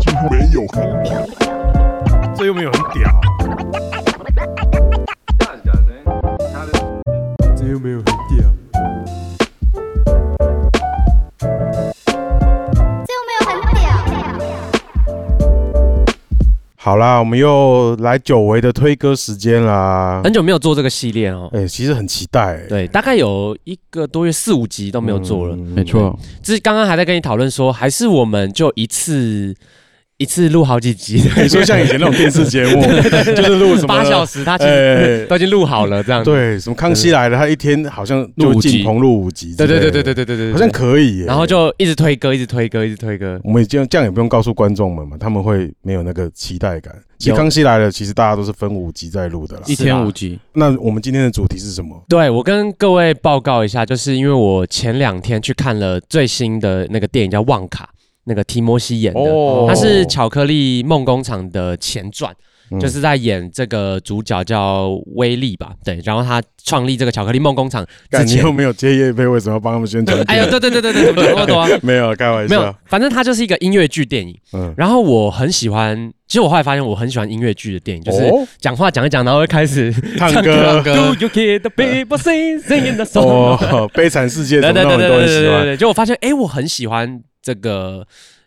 几乎没有。这又没有很屌，这这又又没有很屌，没有很屌。 好啦，我们又来久违的推歌时间啦。很久没有做这个系列哦。哎、其实很期待、欸，对，大概有一个多月，四五集都没有做了。嗯没。错，就是刚刚还在跟你讨论说，还是我们就一次一次录好几集，你说 像以前那种电视节目，就是录什么八小时，时，他其哎、实都已经录好了这样。对，什么康熙来了，他一天好像就录五集进棚录五集，对对对对对，对对对，好像可以、欸。然后就一直推歌，一直推歌，一直推歌。我们也这样，这样也不用告诉观众们嘛，他们会没有那个期待感。其实有康熙来了，其实大家都是分五集在录的啦。一天五集，那我们今天的主题是什么？对我跟各位报告一下，就是因为我前两天去看了最新的那个电影叫《旺卡》，那个提摩西演的，哦它是巧克力梦工厂的前传，嗯就是在演这个主角叫威利吧，对，然后他创立这个巧克力梦工厂之感情前又，没有接叶飞，为什么要帮他们宣传？哎呦，对对对对对，对多多啊没有开玩没有笑，，反正它就是一个音乐剧电影。嗯，然后我很喜欢，其实我后来发现我很喜欢音乐剧的电影，就是哦讲话讲一讲，然后会开始唱唱歌歌。Do you hear the people sing singing the song？哦，悲惨世界对什么那对对种很对对多对人喜对欢。对，就我发现，哎，我很喜欢这个，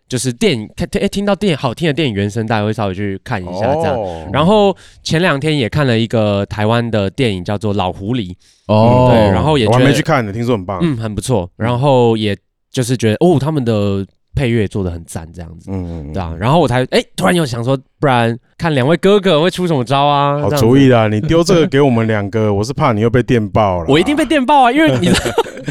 就是电影，看听诶听到电影好听的电影原声带，会稍微去看一下这样。哦然后前两天也看了一个台湾的电影，叫做《老狐狸》，嗯哦，对，然后也我觉还得没去看呢，听说很棒。嗯嗯，很不错。然后也就是觉得，哦，他们的配乐做的很赞，这样子。嗯，嗯对啊，然后我才哎、突然又想说，不然看两位哥哥会出什么招啊？好这样子主意啦！你丢这个给我们两个，我是怕你又被电爆了。我一定被电爆啊！因为你知 道，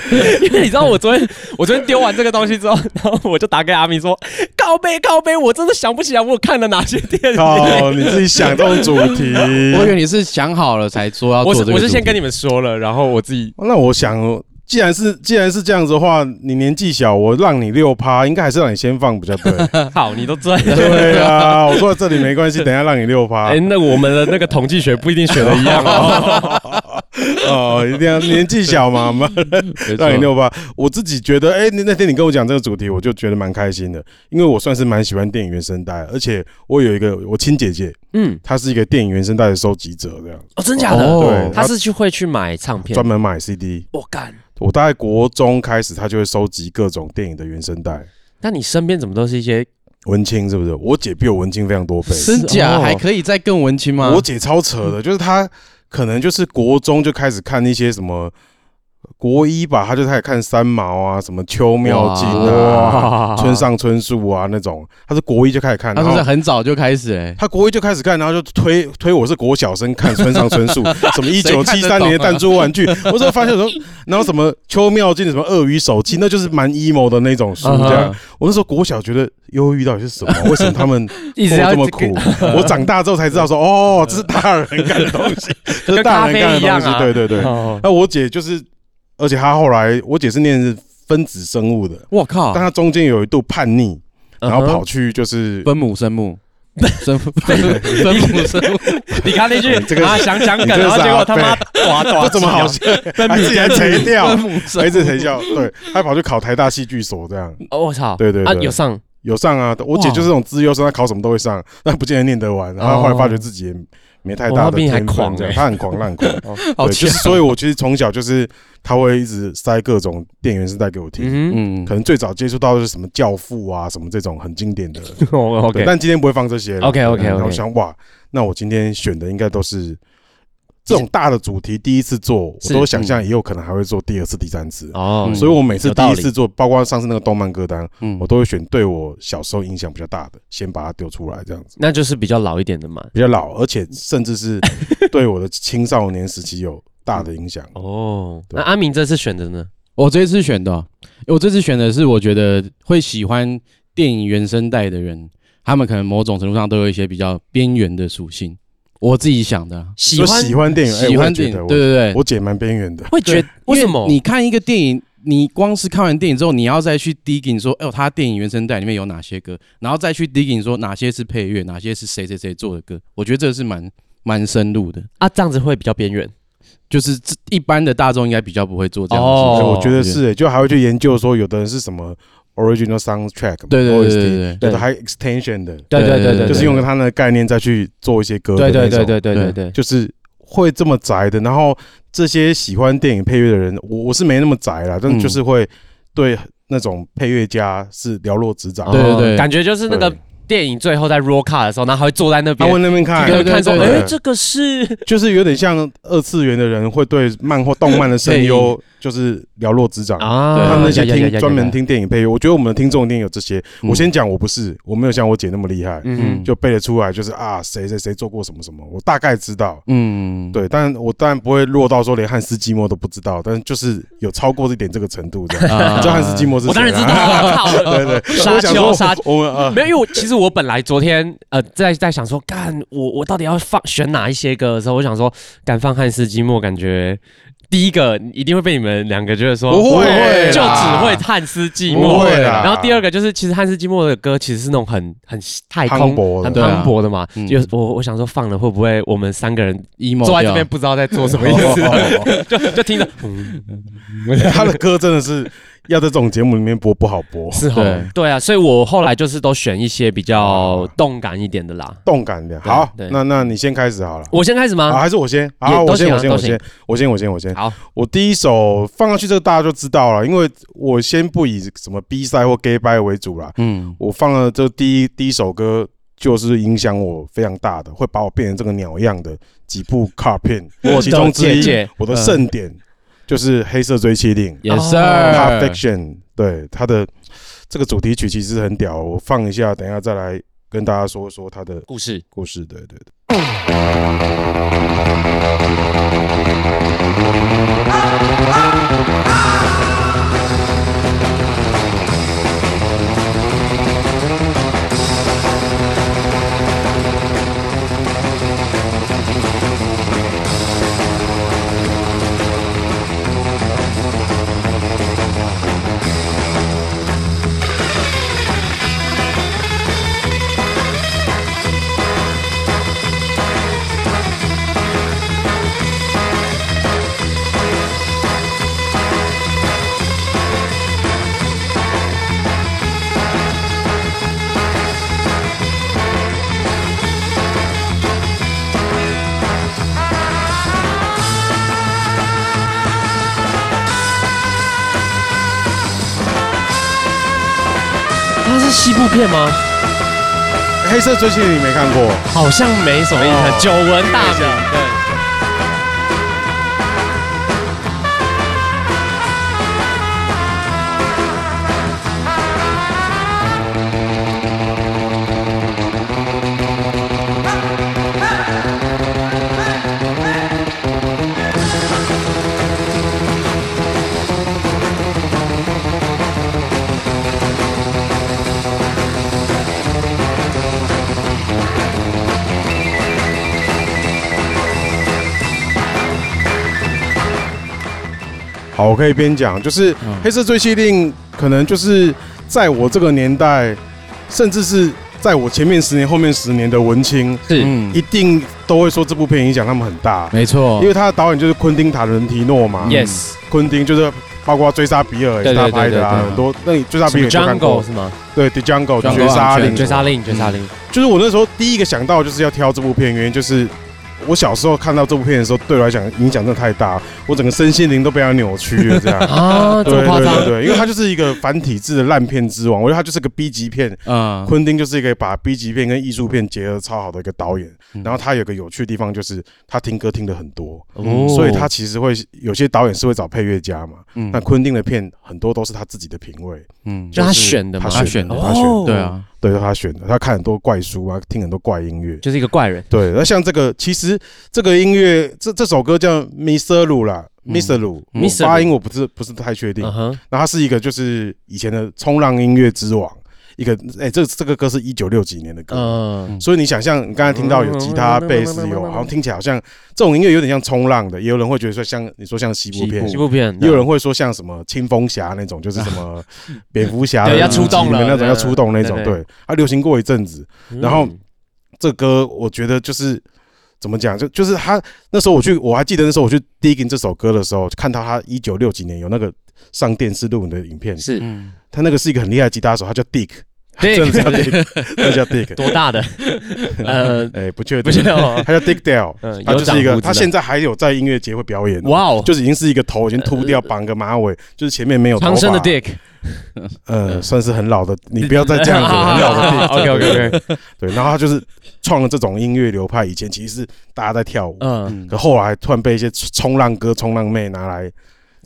因为你知道我昨天我昨天丢完这个东西之后，然后我就打给阿明说：“靠背靠背，我真的想不起来我有看了哪些电影。靠，你自己想这种主题。 我以为你是想好了才说要我做是这个，我是先跟你，们说 了，然后我自己那我想，既然是既然是这样子的话，你年纪小，我让你六趴，应该还是让你先放比较对。好，你都醉了。对啊，我坐在这里没关系，等一下让你六趴哎、。那我们的那个统计学不一定学的一样哦。哦，一定要年纪小嘛，我们没让你错，六趴。我自己觉得，哎、那那天你跟我讲这个主题，我就觉得蛮开心的，因为我算是蛮喜欢电影原声带，而且我有一个我亲姐姐，嗯，她是一个电影原声带的收集者，这样哦，真假的？哦他是去会去买唱片专。门买 CD。我干，我大概国中开始，她就会收集各种电影的原声带。那你身边怎么都是一些文青是不是？我姐比我文青非常多倍。真假哦还可以再更文青吗？我姐超扯嗯的，就是她可能就是国中就开始看一些什么国一吧，她就开始看三毛啊，什么秋妙金啊、村上春树啊那种，她是国一就开始看，他然是不是后。很早就开始哎，她国一就开始看，然后就推推我是国小生 看村上春树，什么一九七三啊年的弹珠玩具，我就发现说，然后什么秋妙金什么鳄鱼手记，那就是蛮 emo 的那种书这嗯样。我那时候国小觉得忧郁到底是什么？为什么他们一直过要这么苦， 我长大之后才知道说，哦，这是大人干的东西，这是跟大咖人啡干的一样东西。啊？对对 对。哦那我姐就是，而且她后来，我姐是念分子生物的，我靠但，她中间有一度叛逆，然后啊嗯哼跑去就是分母生母，生母分 母生母，你看那句，这个啊想讲梗，你这个然后结果傻他贝妈 哇，这怎么好笑， 还自己还垂掉分，母生还母，自己垂掉，对，还跑去考台大戏剧所这样。哦，我操！对对啊，对有上有上啊，我姐就是这种资优生，她考什么都会上，但不见得念得完。然后后来发觉自己也没太大哦她的比你天还分，狂这样欸她很狂，她很狂。好对，就强是，所以，我其实从小就是他会一直塞各种电源声带给我听。嗯嗯可，能最早接触到的是什么《教父》啊，什么这种很经典的。哼哦对，OK，但今天不会放这些了。 OK，OK，OK 然后我想，哇，那我今天选的应该都是这种大的主题，第一次做，我是嗯都想象也有可能还会做第二次、第三次。哦嗯，所以我每次有第道一理次做，包括上次那个动漫歌单，嗯我都会选对我小时候影响比较大的，先把它丢出来，这样子那就是比较老一点的嘛。比较老，而且甚至是 对我的青少年时期有大的影响。哦，对那阿明这次选的呢？我这次选的哦，我这次选的是我觉得会喜欢电影原声带的人，他们可能某种程度上都有一些比较边缘的属性。我自己想的啊，喜就欢喜欢电影，哎喜我也欢觉电得影，我对对对，我姐蛮边缘的，会觉得为什么？你看一个电影，你光是看完电影之后，你要再去 digging 说，哦，他电影原声带里面有哪些歌，然后再去 digging 说哪些是配乐，哪些是谁谁谁做的歌。我觉得这是蛮蛮深入的，啊这样子会比较边缘就是这一般的大众应该比较不会做这样的事哦情。哎我觉得是、哎就还会去研究说有的人是什么 original soundtrack，嘛对对对 OST 对对有的还 extension 的，对对对对，就是用它的概念再去做一些歌的对那对种，对对对对对，就是会这么宅的。然后这些喜欢电影配乐的人，我我是没那么宅啦，但嗯就是会对那种配乐家是了若指掌。对对哦对感觉就是那个对电影最后在 roll car 的时候，然后他会坐在那他边会那边看，就对对看说，对哎对，这个是 就是有点像二次元的人会对漫或动漫的声优就是了若指掌。啊他们那些呀呀呀呀听呀专门听电影配乐，我觉得我们的听众一定有这些。嗯我先讲，我不是，我没有像我姐那么厉害，嗯就背得出来，就是啊，谁谁谁做过什么什么，我大概知道。嗯，对，但我当然不会落到说连汉斯季默都不知道，但是就是有超过一点这个程度的。啊你知道汉斯季默是谁啊？我当然知道啊靠 对对，沙我想丘说沙 丘我们呃没有，因为我其实我本来昨天呃在在想说，干我我到底要放选哪一些歌的时候，我想说，敢放汉斯季默，感觉第一个一定会被你们两个觉得说不会就只啦会汉斯季不默会。啦然后第二个就是，其实汉斯季默的歌其实是那种很很太磅空、礴很的对啊磅礴的嘛。嗯就我我想说放了会不会我们三个人 emo 坐在这掉边不知道在做什么意思， 就就听着嗯 他的歌真的 是要在这种节目里面播不好播，是吼对对啊，所以我后来就是都选一些比较动感一点的啦。动感的。好对，那那你先开始好了。我先开始吗？啊，还是我先也啊，都我行先，啊我先，都我行先，我先，我先，我先。好，我第一首放上去，这个大家就知道了，因为我先不以什么 B 赛或 gay 拜为主啦，哦嗯我放了这第一第一首歌，就是影响我非常大的，会把我变成这个鸟样的几部卡片，我其中之姐一姐，我的盛典嗯就是《黑色追妻令》 ，Yes 哦 Pulp sir， Fiction，对它的这个主题曲其实很屌，我放一下，等一下再来跟大家说说它的故事。故事。对对对，它是西部片吗？ 《黑色追妻令》你没看过？好像没什么印象。哦久闻大名，对，好，我可以边讲，就是《嗯黑色追妻令》可能就是在我这个年代，甚至是在我前面十年、后面十年的文青，嗯一，定都会说这部片影响他们很大，没错，因为他的导演就是昆汀·塔伦提诺嘛。 Yes，昆汀就是包括《追杀比尔》也是他拍的啊，很多那你《追杀什比尔么》就看 Jungle 过，是吗？对《The Jungle》 Jungle 绝杀令嗯，追杀令，追杀令，就是我那时候第一个想到就是要挑这部片，原因就是我小时候看到这部片的时候，对我来讲影响真的太大，我整个身心灵都被它扭曲了这样。啊，这对么对夸对张？对，因为它就是一个反体制的烂片之王，我觉得它就是个 B 级片。嗯昆汀就是一个把 B 级片跟艺术片结合超好的一个导演，嗯然后他有个有趣的地方就是他听歌听的很多，哦所以他其实会有些导演是会找配乐家嘛，嗯那昆汀的片很多都是他自己的品味，嗯就他选的嘛他，他选选的，的他选的，哦对啊，对，他选的，他看很多怪书啊，听很多怪音乐。就是一个怪人。对，那像这个，其实这个音乐，这这首歌叫《Mr. Lu》啦，《嗯 Mr. Lu》，嗯我发音我不是不是太确定。嗯哼，那它是一个就是以前的冲浪音乐之王，一个哎，这这个歌是一九六几年的歌，嗯，所以你想象你刚才听到有吉他、贝斯，有好像听起来好像这种音乐有点像冲浪的，也有人会觉得说像你说像西部片，西部片，也有人会说像什么青风侠那种，就是什 么蝙蝠侠的对要影集出动里面了那种要出动那种对，对对，它流行过一阵子。嗯，然后这歌我觉得就是怎么讲，就就是他那时候我去，我还记得那时候我去 digging 这首歌的时候，看到他一九六几年有那个上电视论文的影片，是嗯，他那个是一个很厉害的吉他手，他叫 Dick， Dick 真的叫 Dick，他叫 Dick， 多 大的？呃，哎，不确不定，知道。他叫 Dick Dale，嗯，他有就长是一个，胡子他的现在还有在音乐节会表演，哇哦，就是已经是一个头已经秃掉，绑个马尾，就是前面没有头长生的发， Dick，呃，算是很老的，你不要再这 样子，很老的 Dick。 OK OK OK，对，然后他就是创了这种音乐流派，以前其实是大家在跳舞，嗯，可后来突然被一些冲浪哥、冲浪妹拿来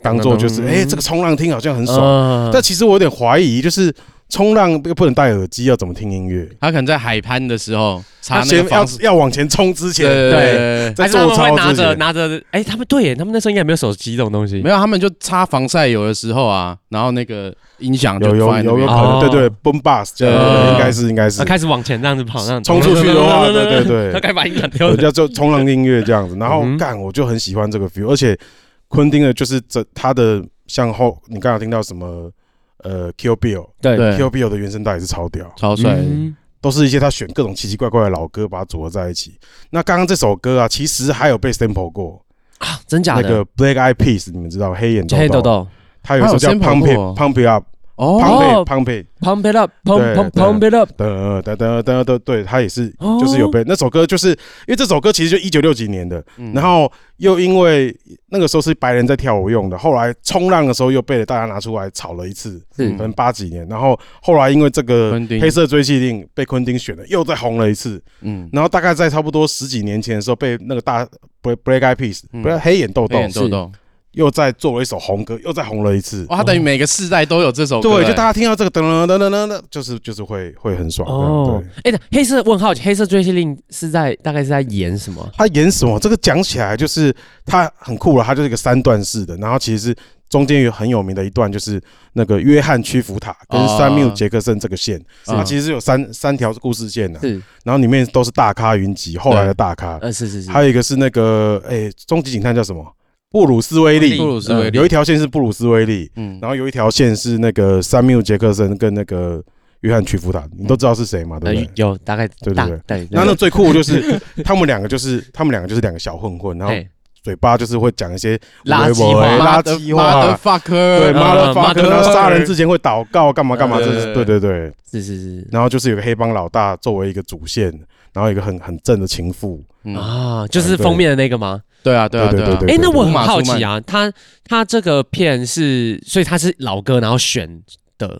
当做就是，嗯哎、这个冲浪听好像很爽，爽但其实我有点怀疑，就是冲浪又不能戴耳机，要怎么听音乐？他可能在海滩的时候查他那先个要方式，要往前冲之前，对对对在还是做他们会操拿之着前，拿着，哎，他们对耶，他们那时候应该没有手机这种东西没，有，他们就擦防晒油的时候啊，然后那个音响就有有放在那有有边可哦能，对对，boom bus，对对对嗯应该是应该是啊，开始往前这样子跑，这样子冲出去的 话对对对他该把音响 丢人了。家就冲浪音乐这样子，然后嗯干我就很喜欢这个 feel，而且昆汀的就是这他的像后你刚才听到什么呃 Kill Bill。对对 Kill Bill 的原声带也是超屌，超帅的，嗯都是一些他选各种奇奇怪怪的老歌把它组合在一起。那刚刚这首歌啊，其实还有被 sample 过，啊，真假那的个？Black Eyed Peas，你们知道黑眼黑豆豆豆，豆他有一首叫他有 sample Pump 过 It Pump It Up Pump 哦，It Pump It ，pump it up，pump 对 pump 对 pump it up，噔噔噔噔噔，对他也是，哦就是有被那首歌，就是因为这首歌其实就一九六几年的，嗯然后又因为那个时候是白人在跳舞用的，后来冲浪的时候又被大家拿出来炒了一次，是可能八几年，然后后来因为这个昆汀黑色追击令被昆汀选了，又再红了一次，嗯，然后大概在差不多十几年前的时候，被那个大 Black Black Eyed Peas 嗯不是黑眼豆黑豆眼豆哦豆，又再做了一首红歌，又再红了一次。哇，他等于每个世代都有这首歌，对，哎就大家听到这个噔噔噔噔噔噔，就是就是会会很爽。哦哦，，哎，那黑色问号，黑色追击令是在大概是在演什么？他演什么？这个讲起来就是他很酷了，他就是一个三段式的，然后其实是中间有很有名的一段，就是那个约翰屈服塔跟哦三缪杰克森这个线，是啊，其实是有三三条故事线的、是，然后里面都是大咖云集，后来的大咖，啊呃，是是是，还有一个是那个哎，终极警探叫什么？布鲁斯威利啊布，鲁斯威利有一条线是布鲁斯威利，嗯，然后有一条线是那个三缪杰克森跟那个约翰屈服塔，你都知道是谁嘛？对呃不对？有大概对对大对对，那那最酷的就是 他们两个，就是他们两个就是两个小混混，然后哎嘴巴就是会讲一些垃圾话微博哎妈垃的圾妈的话，对嗯 fucker，妈的 fuck， motherfucker 然后杀人之前会祷告，干嘛干嘛，对这对是对对对。是是是嗯然后就是有个黑帮老大作为一个主线，然后有一个很很正的情妇，嗯，啊，就是哎对封面的那个吗？对啊，对啊，对对对啊对，对哎，那我五很马好出卖奇啊，他他这个片是，所以他是老歌，然后选的，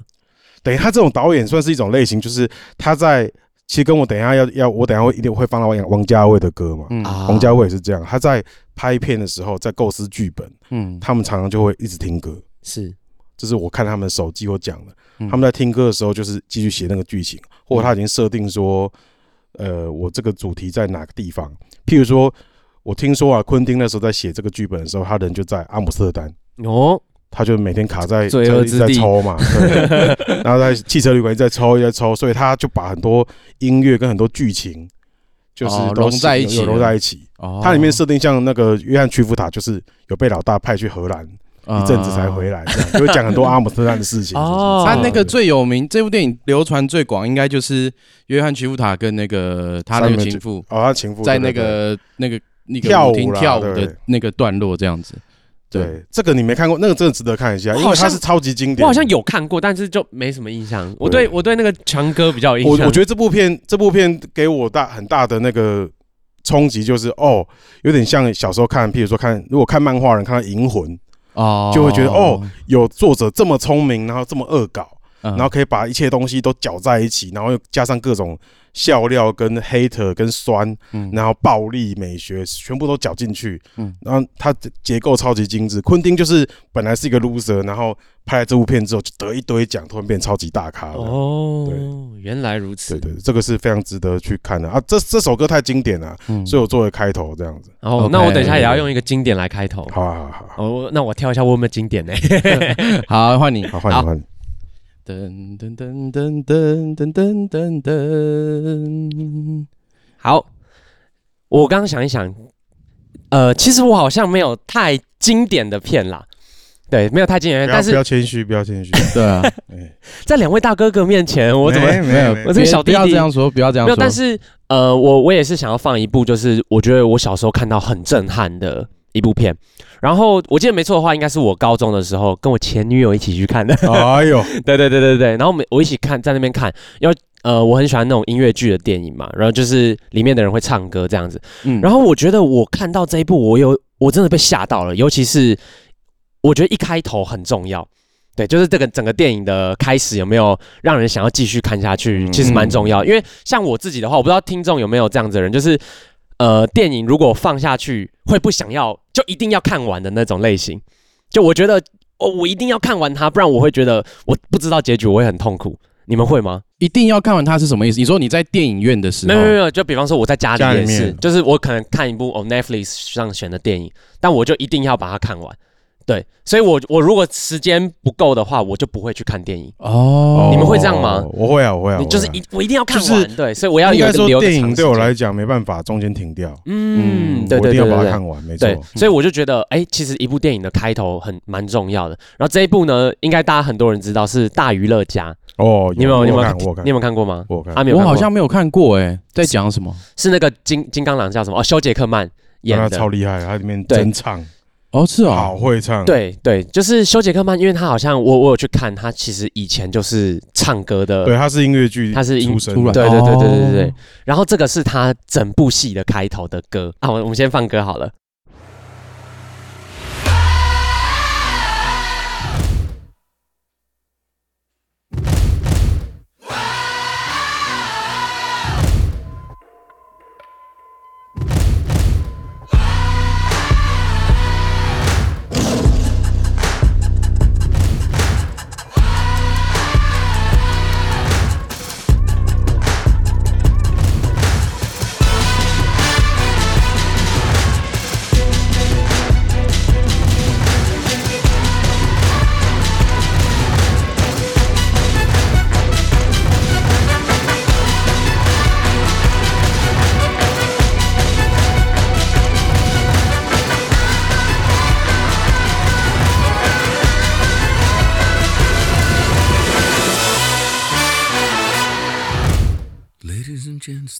等于他这种导演算是一种类型，就是他在其实跟我等一下要要我等一下会一定会放到王王家卫的歌嘛，嗯啊王家卫也是这样，他在拍片的时候在构思剧本，嗯，他们常常就会一直听歌。是这是我看他们手机有讲的，嗯他们在听歌的时候就是继续写那个剧情，或者他已经设定说，呃，我这个主题在哪个地方？譬如说，我听说啊，昆汀那时候在写这个剧本的时候，他人就在阿姆斯特丹，哦，他就每天卡在罪恶一直之在地抽 嘛，对然后在汽车旅馆一直在抽，一直在抽，所以他就把很多音乐跟很多剧情就是哦都融是在一有起有融了在一起。哦它里面设定像那个约翰屈服塔，就是有被老大派去荷兰一阵子才回啊来，这样就会讲很多阿姆斯特丹的事情。哦嗯他那个最最有名，这部电影流传最广，应该就是约翰·屈夫塔跟那个他那个情妇哦，他情妇在那对对对个那个那个跳舞舞厅啦跳舞对的那个段落这样子。对，对这个你没看过，那个真的值得看一下，我因为好它像是超级经典。我好像有看过，但是就没什么印象。我对对我对那个强哥比较有印我象。我觉得这部片这部片给我大很大的那个冲击，就是哦，有点像小时候看，譬如说看如果看漫画人看到《银魂》，哦就会觉得哦，有作者这么聪明，然后这么恶搞。然嗯然后可以把一切东西都搅在一起，然后又加上各种笑料、跟 hater、跟酸，嗯然后暴力美学全部都搅进去。嗯然后它结构超级精致。昆汀就是本来是一个 loser，然后拍了这部片之后就得一堆奖，突然变超级大咖了。哦，原来如对此。对，对这个是非常值得去看的啊！这这首歌太经典了，嗯所以我作为开头这样子。哦 OK，那我等一下也要用一个经典来开头。好啊好好好，哦，我那我挑一下我有没有经典呢？好换你。好啊换你 好换你。噔噔噔噔噔噔噔噔噔，好，我刚刚想一想，呃，其实我好像没有太经典的片啦。对，没有太经典的不片，要但不是要谦虚，不要谦 虚。对啊，在两位大哥哥面前，我怎么没没有没有我这个别小弟弟不要这样说，不要这样没有，。说但是呃，我我也是想要放一部，就是我觉得我小时候看到很震撼的一部片，然后我记得没错的话，应该是我高中的时候跟我前女友一起去看的。 哎呦，对对对对对，然后我们我一起看，在那边看，因为呃我很喜欢那种音乐剧的电影嘛，然后就是里面的人会唱歌这样子。嗯然后我觉得我看到这一部，我有我真的被吓到了，尤其是我觉得一开头很重要，对，就是这个整个电影的开始有没有让人想要继续看下去，嗯其实蛮重要。因为像我自己的话，我不知道听众有没有这样子的人，就是呃，电影如果放下去会不想要，就一定要看完的那种类型。就我觉得哦，我一定要看完它，不然我会觉得我不知道结局，我会很痛苦。你们会吗？一定要看完它是什么意思？你说你在电影院的时没候有没有没有，就比方说我在家家里里也是面，就是我可能看一部哦 Netflix 上选的电影，但我就一定要把它看完。对，所以我我如果时间不够的话，我就不会去看电影。哦，你们会这样吗哦我会啊，我会啊，你就是我会啊一我一定要看就完，对，所以我要应有该一个说留一个电长影时对我间来讲没办法，中间停掉，嗯，嗯对我一对定对要对把它对看完，没错嗯对，，所以我就觉得，哎、其实一部电影的开头很蛮重要的。然后这一部呢，应该大家很多人知道是《大娱乐家》，哦，你有没有？你有我没看，有我看？看你有没有啊看过吗？我看阿，米有我看过好像没有看过哎、在讲什么？是那个金金刚狼叫什么？哦，修杰克曼演他的。超厉害，他里面对真唱，哦，是好哦，会唱，，对对，就是修杰克曼，因为他好像我我有去看，他其实以前就是唱歌的对，他是音乐剧，他是音出身突的，然对对对对对对哦然后这个是他整部戏的开头的歌啊，我我们先放歌好了。 Ladies and gents,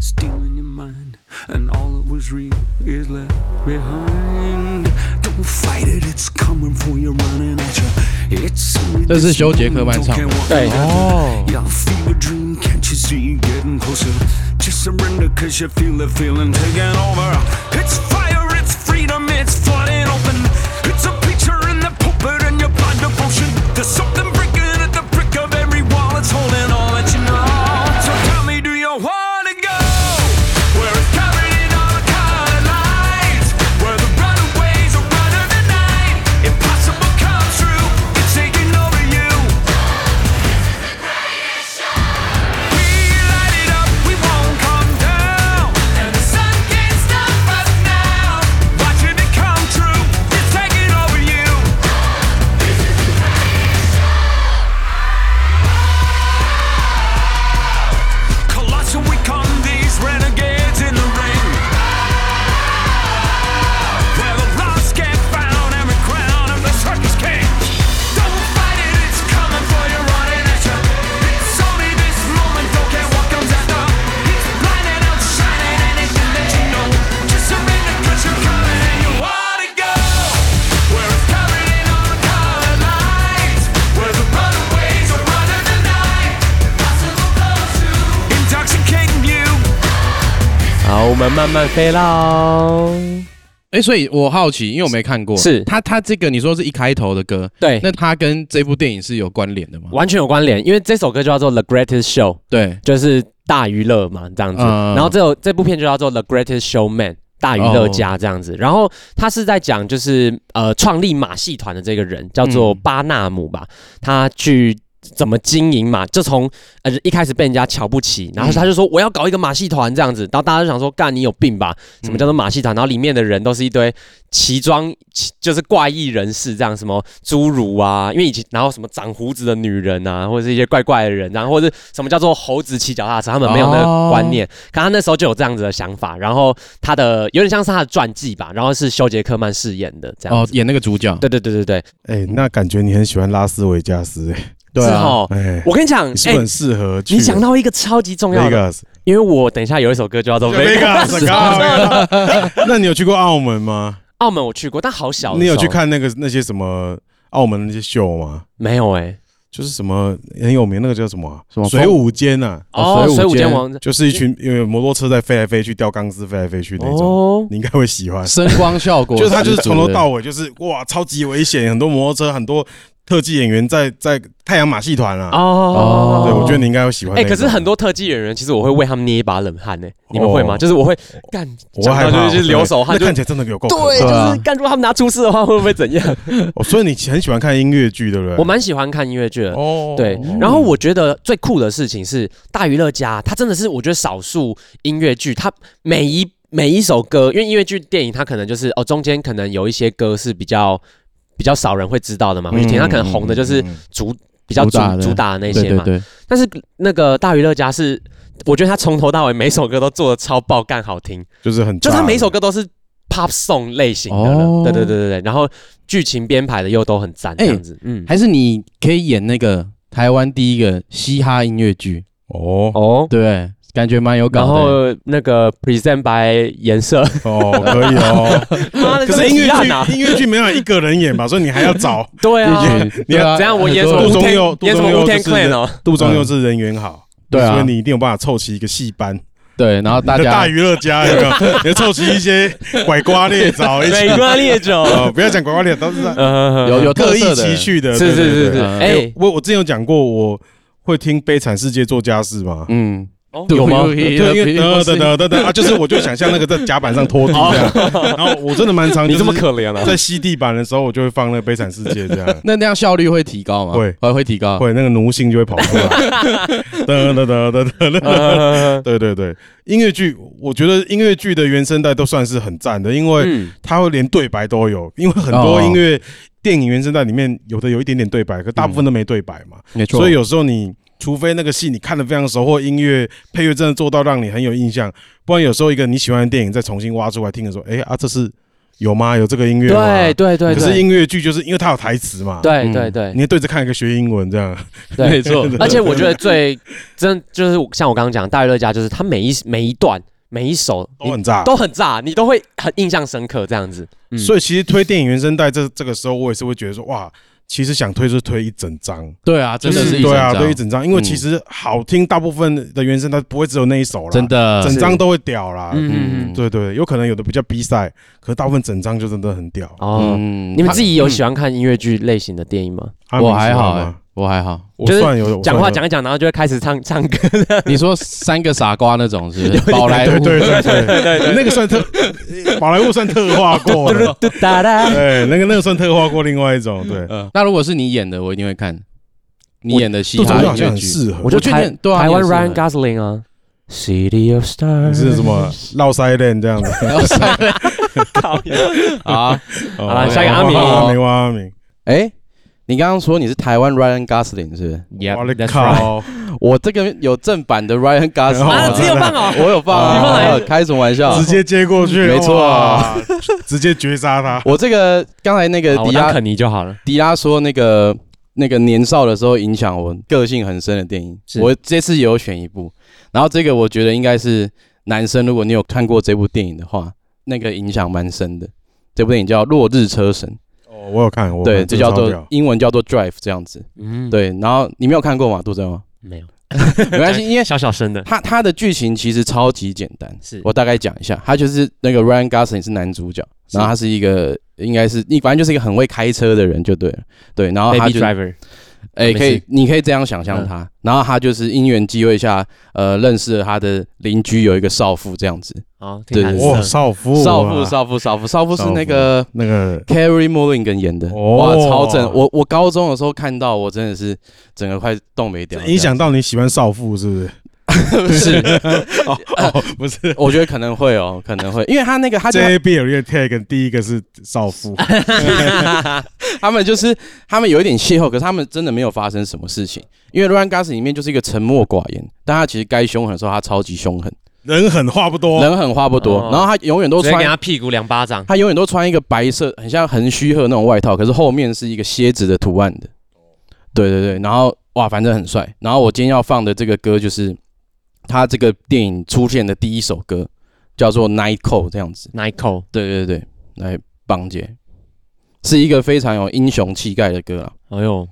stealing your mind, and all that was real is left behind. Don't fight it, it's coming for you, running at you. It's 这是修杰克曼唱的。对哦。Y'all feel a dream, can't you see it getting closer? Just surrender cause you feel the feeling taking over. It's fire, it's freedom, it's flooding open. It's a picture in the pulpit and your blind devotion. There's something breaking at the brick of every wall, it's holding all that you know. So tell me, do you wanna go? Where it's covered in all kinds of lights, where the runaways are running the night. Impossible comes true, it's taking over you. We light it up, we won't come down, and the sun can't stop us now. Watching it come true, it's taking over you. Colossal, we come, these renegades in the ring. Where the lost get found, every crown of the circus king. Don't fight it, it's coming for you, running at you. It's only this moment, don't care what comes after. It's blinding, outshining anything that you know. Just surrender, cause you're coming and you wanna go. Where it's covered in all the colored lights. Where the runaways are running the night. Impossible comes true. Intoxicating you. 好，我们慢慢飞喽。哎、所以我好奇，因为我没看过，是他他这个你说是一开头的歌，对，那他跟这部电影是有关联的吗？完全有关联，因为这首歌就叫做《The Greatest Show》，对，就是大娱乐嘛这样子。嗯然后这首这部片就叫做《The Greatest Showman》。大娱乐哦家这样子，然后他是在讲就是呃创立马戏团的这个人叫做嗯巴纳姆吧，他去怎么经营马，就从呃一开始被人家瞧不起，然后他就说我要搞一个马戏团这样子，然后大家就想说干你有病吧？什么叫做马戏团？然后里面的人都是一堆奇装，奇就是怪异人士这样，什么侏儒啊，因为以前然后什么长胡子的女人啊，或者是一些怪怪的人，然后或者是什么叫做猴子骑脚踏车，他们没有那个观念，可他那时候就有这样子的想法，然后他的有点像是他的传记吧，然后是修杰克曼饰演的这样哦子。，演那个主角，对对对对对，哎，那感觉你很喜欢拉斯维加斯，哎之后哎，哦我跟你讲，你是不哎是很适合去你讲到一个超级重要的，哦 Vegas？因为我等一下有一首歌就要到 Vegas，靠那你有去过澳门吗？澳门我去过，但好啊小。你有去？看那个那些什么澳门那些秀吗？没有哎。就是什么很有名那个叫什么啊、什么水舞间啊呐、哦哦，水水舞舞间间王子。就是一群因为摩托车在飞来飞去，吊钢丝飞来飞去那种，哦，你应该会喜欢。声光效 果，就是他就是从头到尾就是哇，超级危险，很多摩托车，很多特技演员在在太阳马戏团啊。哦，对，我觉得你应该会喜欢。哎、可是很，多特技演员，其实我会为他们捏一把冷汗呢、你们会吗？哦就是我会干，我会害讲怕到就是就是流手汗，那就看起来真的有够可怕。对，对啊就是干。如果他们拿出事的话，会不会怎样？哦所以你很喜欢看音乐剧，对不对？我蛮喜欢看音乐剧的。哦对，然后我觉得最酷的事情是大娱乐家，它真的是我觉得少数音乐剧，它每一每一首歌，因为音乐剧电影它可能就是哦，中间可能有一些歌是比较比较少人会知道的嘛，会去听，它可能红的就是嗯嗯嗯主比较主主打的主打的那对些对嘛，对，但是那个大娱乐家是，我觉得他从头到尾每首歌都做的超爆干好 听，就是很就是他炸每一首歌都是 pop song 类型的哦了，对对对对对，然后剧情编排的又都很赞这哎样子，嗯，还是你可以演那个台湾第一个嘻哈音乐剧，哦哦，对不对，感觉蛮有搞然的。后那个 present by 颜色，哦，可以哦。 妈的，可是音这么提案乐啊剧音乐剧没有一个人演吧，所以你还要 找对啊，一群你要对啊怎样？我很演什多么杜吴宗天佑演什杜么宗佑吴天就是 Clan 哦，杜仲又是人缘好，对啊所以你一定有办法凑齐一个戏班，对，然后大你的家 大娱乐家有没有？你要凑齐一些拐瓜裂枣 一美起，国烈酒，哦，不要讲拐瓜裂枣，都是啊嗯有有特各色异的其趣的， 是哦对是是对是，对对哎，我我之前有讲过，我会听《悲惨世界》做家事嘛。嗯，哦有有吗吗？？ 对，因为得得得得得啊，就是我就想象那个在甲板上拖地这样，然后我真的蛮常 你这么就是可怜啊？在吸地板的时候，我就会放那个《悲惨世界》这样。那那样效率会提高吗？会会会提高。会那个奴性就会跑出来， 得得得得得得 呃对对对，音乐剧，我觉得音乐剧的原声带都算是很赞的，因为嗯，它会连对白都有，因为很哦多音乐电影原声带里面有的有一点点对白，可大部分都没对白嘛，嗯没错。所以有时候你。除非那个戏你看的非常熟，或音乐配乐真的做到让你很有印象，不然有时候一个你喜欢的电影再重新挖出来听的时候，哎、啊，这是有吗？有这个音乐吗？对对对可是对，音乐剧就是因为它有台词嘛，对对嗯对你，要对着看一个学英文这样，对没错 而且我觉得 最真就是像我刚刚讲，大娱乐家就是他每一每一段每一首都你很炸。都很炸，你都会很印象深刻这样子。嗯所以其实推电影原声带这这个时候，我也是会觉得说，哇，其实想推就推一整张，对啊，真的就是对啊，对推一整张，因为其实好听大部分的原声它不会只有那一首啦，真，的整是张都会屌啦。嗯嗯嗯对对，有可能有的比较比赛，可是大部分整张就真的很屌。哦，嗯你们自己有喜欢看音乐剧类型的电影吗？嗯阿明我还喜好欢哎吗，我还好。 我就是算有我讲算话有讲一讲，然后就会开始唱唱歌。你说三个傻瓜那 种是不是宝莱对坞？对对对对，那个算特，宝莱坞算特化过的，嘟哒哒对，那个那个算特化过另外一种，对，嗯那如果是你演的，我一定会看。你演的嘻杜哈总好音像乐很剧，适合我。就我觉得台对啊台湾你也是 Ryan Gosling 啊，City of 你 Stars 是什么绕腮恋这样子？然后三个 靠呀啊，好啦下一个阿明哦阿明，阿明，哎，你刚刚说你是台湾 Ryan Gosling 是不是？我的 Yep，that's right 靠！我这个有正版的 Ryan 啊，只只 Gosling，有放哦。 我有放你放哪啊，一个开什么玩笑？直接接过去，没错哇，直接绝杀他。我这个刚才那个好呃迪我拉当肯尼就好了。迪拉说那个那个年少的时候影响我个性很深的电影，是我这次也有选一部，然后这个我觉得应该是男生，如果你有看过这部电影的话，那个影响蛮深的。这部电影叫《落日车神 哦，我有看，我》，有看对，就叫这个超做屌英文叫做 Drive 这样子。嗯，，对，然后你没有看过吗？杜真吗？没有，没关系，因为小小声的，它它的剧情其实超级简单，是我大概讲一下，他就是那个 Ryan Gosling 是男主角，是然后他是一个应该是你反正就是一个很会开车的人就对了，对，然后他 Baby 就 Driver，哎、可没以事，你可以这样想象他，然后他就是因缘机会下，呃，认识了他的邻居有一个少妇这样子，哦，挺对蓝对哇，色，少妇啊，少妇，少妇，少妇，少妇是那个那个 Carrie Mulligan 演的，哦哇，超正！我我高中的时候看到，我真的是整个快冻没掉。影响到你喜欢少妇是不是？是，哦，哦 不是。我觉得可能 会哦，可能会，因为他那个他就 J B 有一个 tag，第一个是少 妇，他们就是他们有一点邂逅，可是他们真的没有发生什么事情。因为《Run Gas》里面就是一个沉默寡言，但他其实该凶狠的时候他超级凶狠，人狠话不多，人狠话不多哦，然后他永远都直接给他穿。屁股两巴掌。他永远都穿一个白色，很像横须贺那种外套，可是后面是一个蝎子的图案的。对对对，然后哇，反正很帅。然后我今天要放的这个歌就是他这个电影出现的第一首歌，叫做《Night Call》这样子。 Nico，对对对，来棒姐，是一个非常有英雄气概的歌啊。哎呦，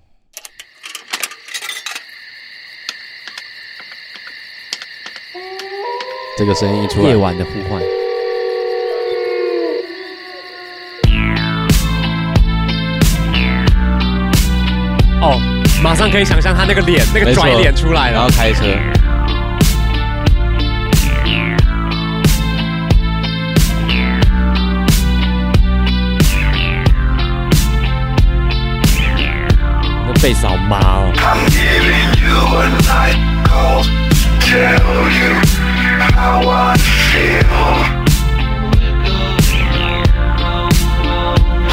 这个声音一出来，夜晚的呼唤，哦，马上可以想象他那个脸，那个没错拽脸出来然后了。开车，那贝斯好麻哦， I'm giving you a night call to tell you how I feel.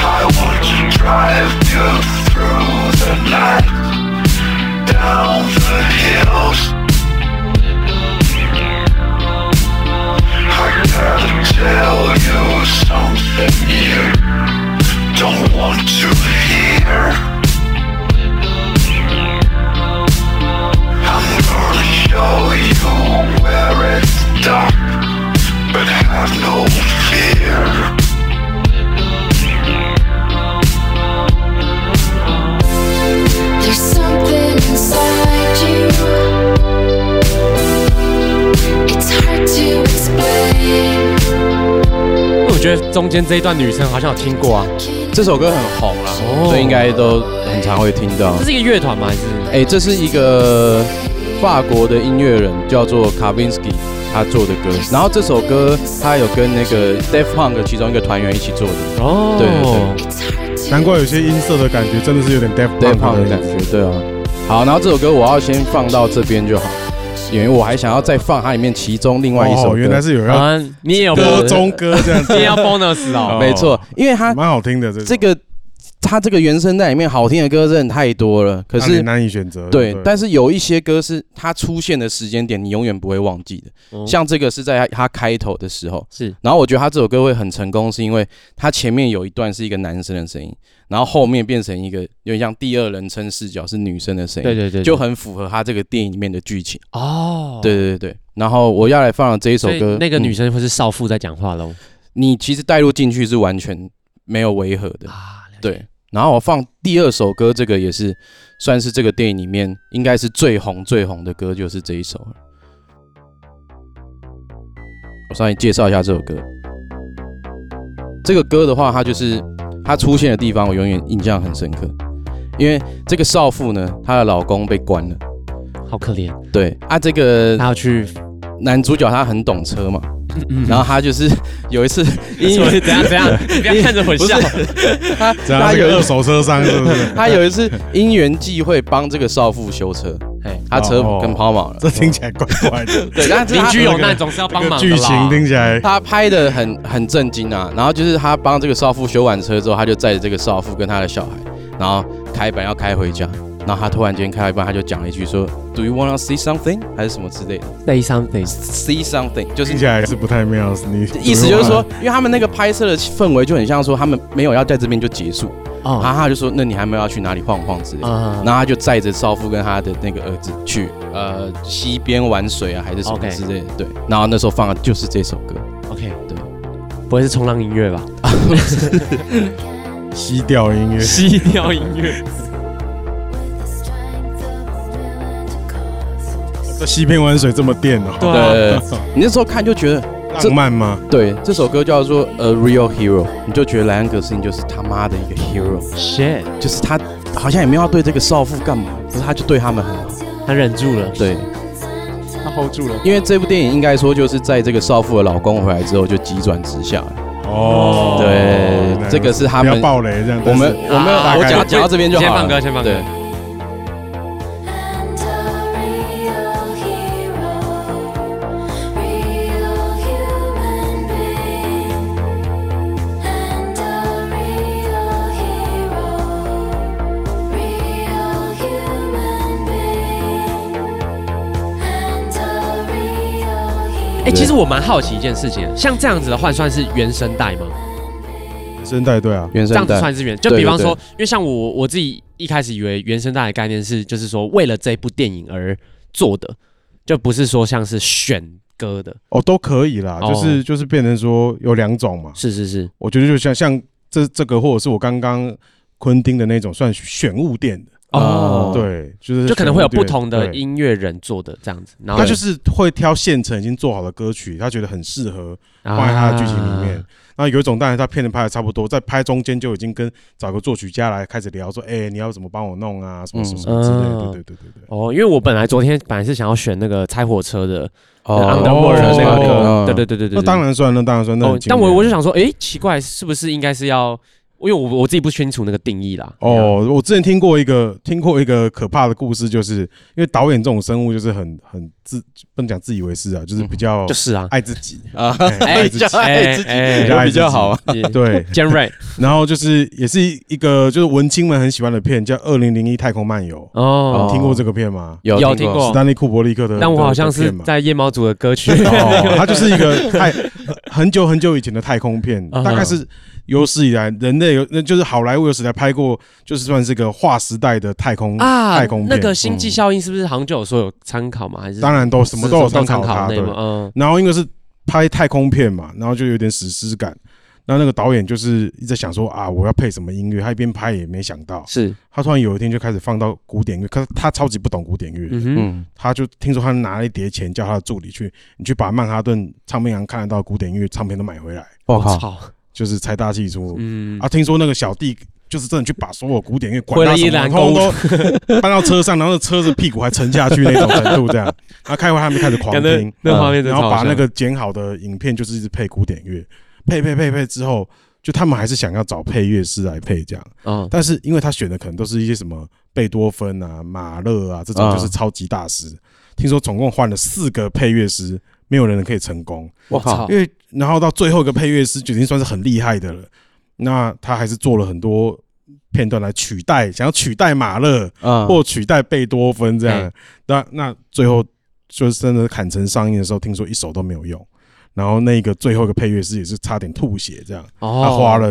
I want to drive you through the night, down the hills. I gotta tell you something you don't want to hear. I'm gonna show you where it's dark, but have no fear. There's something inside you. It's hard to explain. 我觉得中间这一段女生好像有听过啊，这首歌很红啦，哦所以应该都很常会听到这。是一个乐团吗？还是哎，这是一个法国的音乐人叫做 Kavinsky 他做的歌，然后这首歌他有跟那个 Def Punk 其中一个团员一起做的哦，对对 It's hard to 难怪有些音色的感觉真的是有点 Def Def Punk 的感觉。觉，对啊。好，然后这首歌我要先放到这边就好，因为我还想要再放它里面其中另外一哦，首歌。原来是有要啊，你也有歌中歌这样子 你，也要 bonus 哦，没错，因为它蛮好听的。这这个它这个原声带里面好听的歌真的太多了，可可是难以选择。对，但是是有一些歌是它出现的时间点，你永远不会忘记的。哦像这个是在它它开头的时候，是然后我觉得它这首歌会很成功，是因为它前面有一段是一个男生的声音，然后后面变成一个有点像第二人称视角是女生的声音，对对对，就很符合它这个电影里面的剧情。哦，对对对对。然后我要来放的这一首所以歌，那个女嗯生会是少妇在讲话喽你其实带入进去是完全没有违和的。啊，了解，对，然后我放第二首歌，这个也是算是这个电影里面应该是最红最红的歌，就是这一首了。我稍微介绍一下这首歌。这个歌的话，它就是它出现的地方，我永远印象很深刻，因为这个少妇呢，她的老公被关了。好可怜，对啊，这个她要去，男主角他很懂车嘛，然后他就是有一 次因怎为样怎样， 不要看着我不是笑，他怎样他那有个一二手车商是不 是？他有一次因缘际会帮这个少妇修车，哎他车哦跟抛锚了。 这听起来怪怪的。对，但是邻他居有难总是要帮这个忙的剧啦情听起来他拍的很很震惊啊。然后就是他帮这个少妇修完车之后，他就载着这个少妇跟他的小孩，然后开本要开回家。然后他突然间开到一半，他就讲了一句说：“Do you wanna see something？” 还是什么之类的 say something， ，“see something” 就是听起来是嗯不太妙。你意思就是说，因为他们那个拍摄的氛围就很像说他们没有要在这边就结束，然哦后他就说：“那你还没有要去哪里晃晃之类的。”啊然后他就载着少妇跟他的那个儿子去呃溪边玩水啊，还是什么 OK 啊之类的。对，然后那时候放的就是这首歌。 ，OK，对，不会是冲浪音乐吧？西调音乐，低调音乐， the strength of will and to cause. 这西边玩水这么电哦，对啊，呃，你那时候看就觉得，这 浪漫吗？对，这首歌叫做《A Real Hero》，你就觉得莱昂·葛斯汀就是他妈的一个 hero， ，shit，就是他好像也没有要对这个少妇干嘛，可是他就对他们很好。他忍住了，对，他 hold 住了，因为这部电影应该说就是在这个少妇的老公回来之后就急转直下了。哦，对那，这个是他不要们。爆雷这样。我们但是我们啊我大概讲讲到这边就好先了。放歌，先放歌对。 And a real hero, real human being. And a real hero, real human being. And a real hero. 哎、其实我蛮好奇一件事情，像这样子的换算是原声带吗？声带对啊，原这样声子带。算是原，就对比方对说，因为像我我自己一开始以为原声带的概念是，就是说为了这部电影而做的，就不是说像是选歌的，哦都可以啦，哦就是就是变成说有两种嘛，是是是，我觉得就像像这这个或者是我刚刚昆汀的那种算选物店的，哦，哦，对，就是就可能会有选物不店同的对音乐人做的这样子，然后他就是会挑现成已经做好的歌曲，他觉得很适合放放在他啊的剧情里面。然后有一种，当然他片子拍的差不多，在拍中间就已经跟找个作曲家来开始聊说，哎、你要怎么帮我弄啊，什么什么什么之类的。嗯对对对对对。哦，因为我本来昨天本来是想要选那个拆火车的哦 Underworld 的那个歌，哦对对对对对，那当然算，那当然算，那哦很，经但我典我就想说，诶，奇怪，是不是应该是要？因为我我自己不清楚那个定义啦。哦，我之前听过一个听过一个可怕的故事，就是因为导演这种生物就是很很自不能讲自以为是啊，就是比较就是啊，爱自己， 啊，哎 爱自己，哎比哎较爱比较自己好啊。哎，对，尖锐然后就是也是一个就是文青们很喜欢的片，叫《二零零一太空漫游》。哦哦，听过这个片吗？有有听听过史丹利库伯利克的，但我好像的是片嘛在夜猫族的歌曲， 哦，它就是一个太很久很久以前的太空片，嗯大概是有史以来人类有，那就是好莱坞有史以来拍过，就是算是个划时代的太空啊，太空那片。嗯个星际效应是不是杭州有说有参考吗？还是当然都什么都有参考它，考对那。吗？嗯，然后因为是拍太空片嘛，然后就有点史诗感。然后那个导演就是一直在想说啊，我要配什么音乐，他一边拍也没想到，是，他突然有一天就开始放到古典乐，可是他超级不懂古典乐，嗯哼，嗯，他就听说他拿了一叠钱，叫他的助理去，你去把曼哈顿唱片行看得到古典乐唱片都买回来，我我，操，就是财大气粗。嗯，啊，听说那个小弟就是真的去把所有古典乐管回了他一什么， 篮通通都搬到车上，然后那车子屁股还沉下去那种程度，这 样。然后开会他们就开始狂感觉听，嗯那画面真的然后超把像那个剪好的影片就是一直配古典乐，配配配配之后，就他们还是想要找配乐师来配这样。嗯但是因为他选的可能都是一些什么贝多芬啊、马勒啊这种，嗯就是超级大师。听说总共换了四个配乐师，没有人可以成功，我靠因为然后到最后一个配乐师就已经算是很厉害的了。那他还是做了很多片段来取代，想要取代马勒啊嗯，或取代贝多芬这样嗯。那那最后就是真的砍成上映的时候，听说一首都没有用。然后那个最后一个配乐师也是差点吐血，这样他哦，花了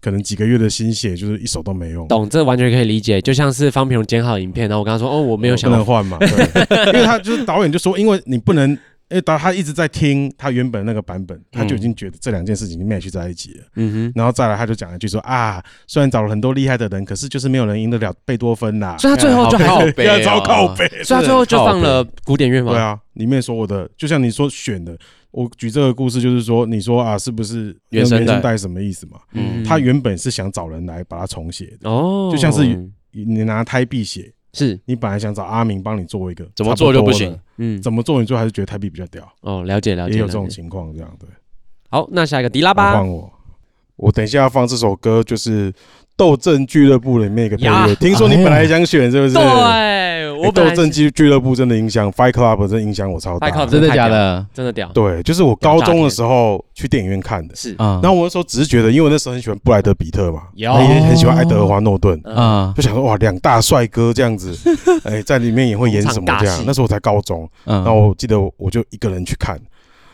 可能几个月的心血，就是一首都没用。懂，这完全可以理解，就像是方平荣剪好影片，然后我跟他说，哦，我没有想不能到， 换嘛，对因为他就是导演就说，因为你不能，因为导他一直在听他原本那个版本，他就已经觉得这两件事情已经 match 在一起了，嗯然后再来他就讲了一句说啊，虽然找了很多厉害的人，可是就是没有人赢得了贝多芬啦哼，，所以他最后就还，好 所背哦要糟靠背，以他最后就放了古典乐嘛，对啊，里面所有的就像你说选的，我举这个故事就是说，你说啊，是不是原声带带什么意思嘛？嗯，他原本是想找人来把它重写的，哦，就像是你拿胎笔写，是，你本来想找阿明帮你做一个，怎么做就不差多行了。嗯，怎么做你最后还是觉得泰币比较屌，哦，了解了解，也有了这种解情况这样对。好，那下一个迪拉那巴换，我，我等一下要放这首歌，就是《斗阵俱乐部》里面一个配乐。呀听说你本来想选是不是？哎对，我斗本来阵俱俱乐部真的影响 Fight Club 真的影响我超大 Fight。Club 真的假的？真的屌，对，就是我高中的时候去电影院看的。是，啊然后我那时候只是觉得，因为我那时候很喜欢布莱德比特嘛，也嗯有很喜欢爱德华诺顿，嗯，啊就想说哇，两大帅哥这样 子，哎，在里面也会演什么这捧场大样戏？那时候我才高中，嗯然后我记得我就一个人去看，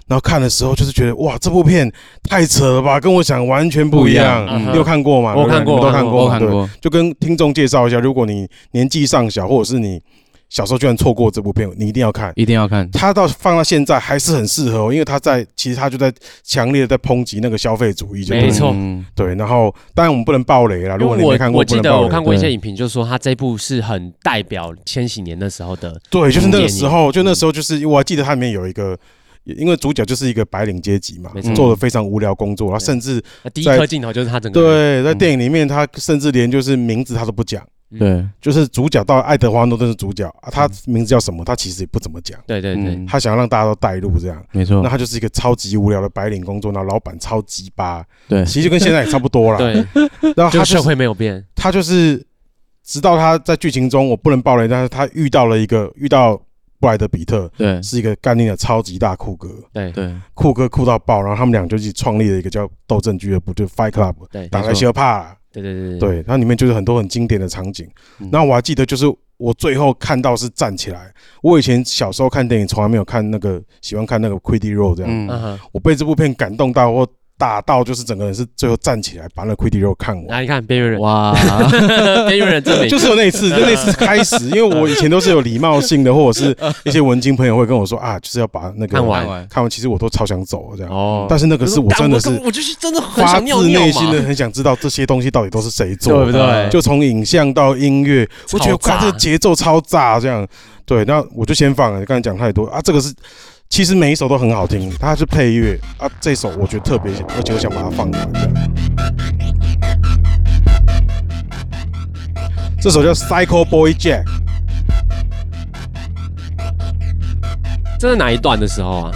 然后看的时候就是觉得哇，这部片太扯了吧，跟我想完全不一样。不一样嗯哼你有看过吗？我看过你们都看过我吗，看对。过，就跟听众介绍一下，如果你年纪尚小，或者是你小时候居然错过这部片，你一定要看。一定要看。它到放到现在还是很适合哦、因为它在其实它就在强烈的在抨击那个消费主义，就没对错嗯对。然后当然我们不能爆雷啊啦，如果因你没为看我过，我不记能得爆我雷。看过一些对影评，就说他这部是很代表千禧年那时候的，对，就是那电个影时候，就那时候，就是我还记得它里面有一个，因为主角就是一个白领阶级嘛没错，做的非常无聊工作，然后甚至那第一在颗镜头就是他整个人，嗯对，在电影里面他甚至连就是名字他都不讲，对，就是主角到爱德华诺顿是主角啊，嗯他名字叫什么？他其实也不怎么讲，对对对，嗯他想要让大家都带入这样。没嗯错那，他就是一个超级无聊的白领工作，然后老板超级巴，对，其实就跟现在也差不多啦。， 对，然后就他啊社就是会没 有变，他就是，直到他在剧情中我不能爆雷，但是他遇到了一个遇到布莱德比特对，是一个干练的超级大酷哥，对对，酷哥酷到爆，然后他们俩就一起创立了一个叫斗阵俱乐部，就 Fight Club，对打没来错球怕啦。对对对对，它里面就是很多很经典的场景嗯。那我还记得，就是我最后看到是站起来。我以前小时候看电影，从来没有看那个喜欢看那个《Quiddy Row》这样。嗯，嗯哼，我被这部片感动到，我打到就是整个人是最后站起来把那《Quiddy Row》看那完。你看边缘人， 哇，边缘人证明就是有那一次，就那 次开始，因为我以前都是有礼貌性的，或者是一些文青朋友会跟我说啊，就是要把那个看完看完看完，其实我都超想走的这样。哦，但是那个是我真的是我就是真的很发想尿自尿内嘛嗯心，的很想知道这些东西到底都是谁做的对不对？就从影像到音乐，我觉得超炸看这个节奏超炸，这样对。那我就先放了，刚才讲太多啊。这个是其实每一首都很好听，它是配乐啊。这首我觉得特别，而且我想把它放完。这样这首叫《Psycho Boy Jack》，这是哪一段的时候啊？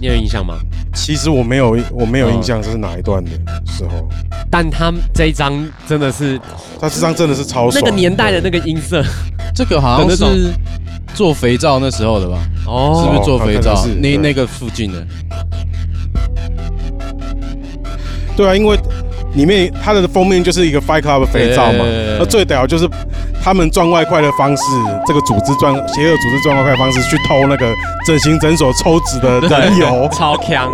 你有印象吗？其实我没有我没嗯有印象这是哪一段的时候，但他们这一张真的是它这张真的是超那爽。个年代的那个音色这个好像的那种是做肥皂那时候的吧？是不哦，是做肥哦皂可能是？那对那个附近的，对啊，因为里面它的封面就是一个 Fight Club 肥皂嘛对对对对，那最屌就是他们赚外快的方式，这个组织赚邪恶组织赚外快的方式，去偷那个整形诊所抽脂的人油超强，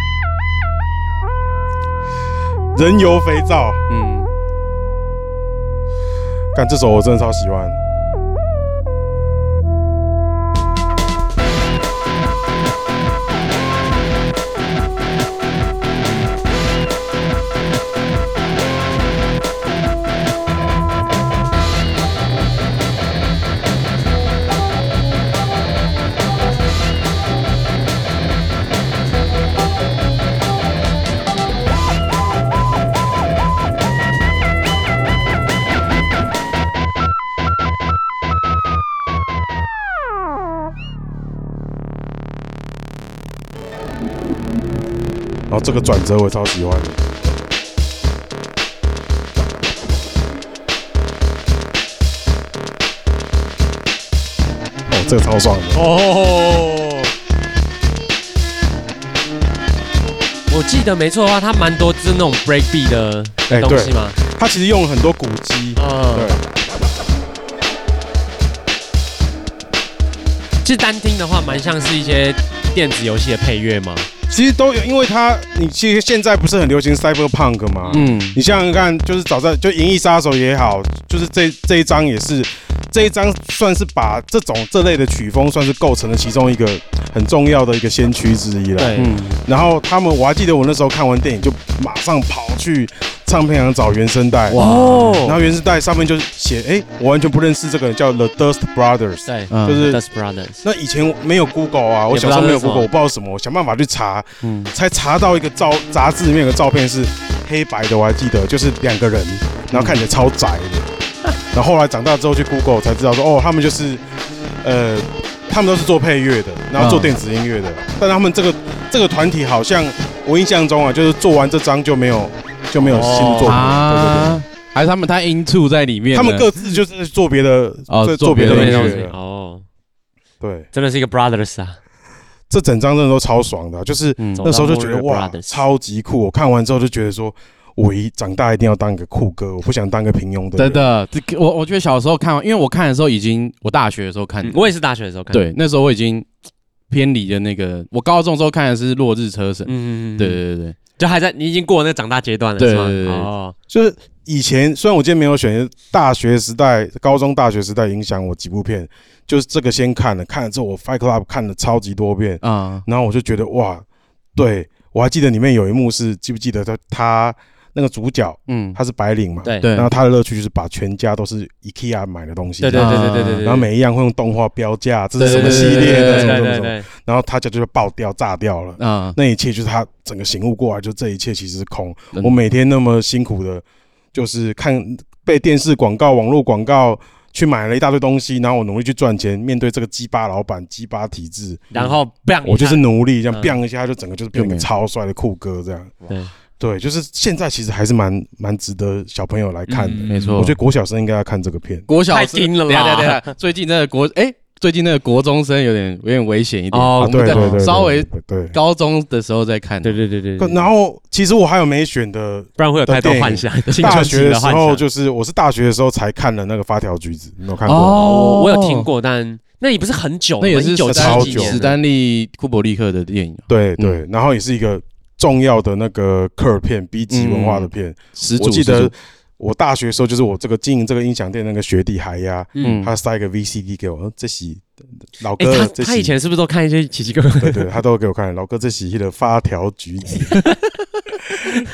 人油肥皂。嗯，干这首我真的超喜欢。然后这个转折我也超喜欢的。哦，这个超爽的。哦。我记得没错的话，它蛮多是那种 break beat 的哎东西对嘛，他其实用了很多古迹。哎对嗯，，其实单听的话，蛮像是一些电子游戏的配乐嘛，其实都有，因为他你其实现在不是很流行 cyberpunk 吗？嗯，你想想看，就是早在就《银翼杀手》也好，就是这这一张也是，这一张算是把这种这类的曲风算是构成了其中一个很重要的一个先驱之一了。对，嗯，然后他们，我还记得我那时候看完电影就马上跑去唱片行找原声带，哇然后原声带上面就写，哎、我完全不认识这个人，叫 The Dust Brothers。对，嗯就是 Dust Brothers，那以前没有 Google 啊，我小时候没有 Google，我不知道什么，我想办法去查，嗯才查到一个照杂志里面有个照片是黑白的，我还记得，就是两个人，然后看起来超宅的。然后后来长大之后去 Google 才知道说，哦，他们就是，呃，他们都是做配乐的，然后做电子音乐的，但他们这个这个团体好像我印象中啊，就是做完这张就没有就没有新的作品了，对对对。啊，还是他们太 into 在里面了，他们各自就是做别的，哦在做别的音对东乐西了，哦，对，真的是一个 Brothers 啊，这整张真的都超爽的啊、就是嗯走那时候就到觉末得日的哇， Brothers 超级酷！我看完之后就觉得说，我一长大一定要当一个酷哥，我不想当个平庸的人。真的，这个我我觉得小时候看完，因为我看的时候已经我大学的时候看的嗯，我也是大学的时候看，，对，那时候我已经偏离了那个，我高中的时候看的是《落日车神》，嗯，对对对就还在你已经过了那个长大阶段了，对是吗？对对对哦，就是以前虽然我今天没有选，大学时代、高中、大学时代影响我几部片，就是这个先看了，看了之后我 Fight Club 看了超级多遍，对，啊，然后我就觉得哇，对我还记得里面有一幕是记不记得他他那个主角嗯，他是白领嘛，，对对然后他的乐趣就是把全家都是 IKEA 买的东西，对对对对对对对，对啊然后每一样会用动画标价，这对是对什么系列对的，对什么什么对什么，对，然后他家就会爆掉、炸掉了。啊，那一切就是他整个醒悟过来，就这一切其实是空真。的我每天那么辛苦的，就是看被电视广告、网络广告去买了一大堆东西，然后我努力去赚钱，面对这个鸡巴老板、鸡巴体制，然后砰，我就是奴隶，这样嗯 biang 一下就整个就是变成一就个没了超帅的酷哥这样。对对，就是现在其实还是蛮蛮值得小朋友来看的。嗯没错我觉得国小生应该要看这个片。国小太生硬了啦等一下等一下，等一下最近那个国哎、最近那个国中生有点有点危险一点，啊，哦对对对，对稍微对对。对高中的时候再看，对对对对，对然后其实我还有没选的，不然会有太多幻想，青大春期学的时幻候想。就是我是大学的时候才看了那个《发条橘子》，你有看过吗？哦，我有听，过，但那也不是很久了嘛，那也是一九史七丹超几久年史的，丹利库伯利克的电影，嗯对对，然后也是一个重要的那个克尔片 B 级文嗯化的片。始祖。我记始得祖我大学的时候，就是我这个经营这个音响店那个学弟海呀，嗯，他塞一个 VCD 给我，说这是老哎，哥，他这他以是前是不是都看一些奇奇怪怪？对对，他都给我看，老哥这喜的发条橘子，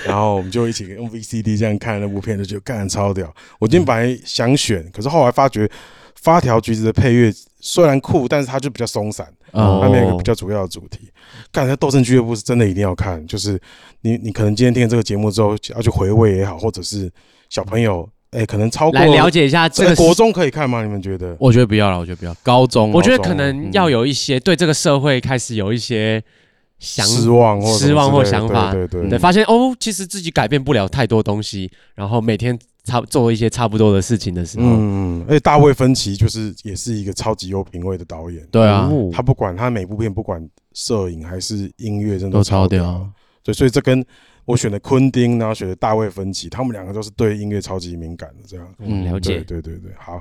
然后我们就一起用 VCD 这样看那部片，就觉得干超屌。我今天本来想选，可是后来发觉发条橘子的配乐虽然酷，但是它就比较松散，哦它没有一个比较主要的主题。干，那斗争俱乐部是真的一定要看，就是你你可能今天听了这个节目之后要去回味也好，或者是小朋友哎、可能超过来了解一下这在个国中可以看吗？你们觉得？我觉得不要了，我觉得不要。高中，我觉得高可中能要有一些对这个社会开始有一些想失望或失望或什么之类的想法对对对对，发现哦，其实自己改变不了太多东西，然后每天差做一些差不多的事情的时候，嗯，而且大卫芬奇就是也是一个超级有品味的导演，对啊，哦他不管他每部片，不管摄影还是音乐，真的都超超屌屌。。对，所以这跟我选的昆汀，然后选的大卫芬奇，他们两个都是对音乐超级敏感的，这样。嗯，嗯了对解。对对对，好。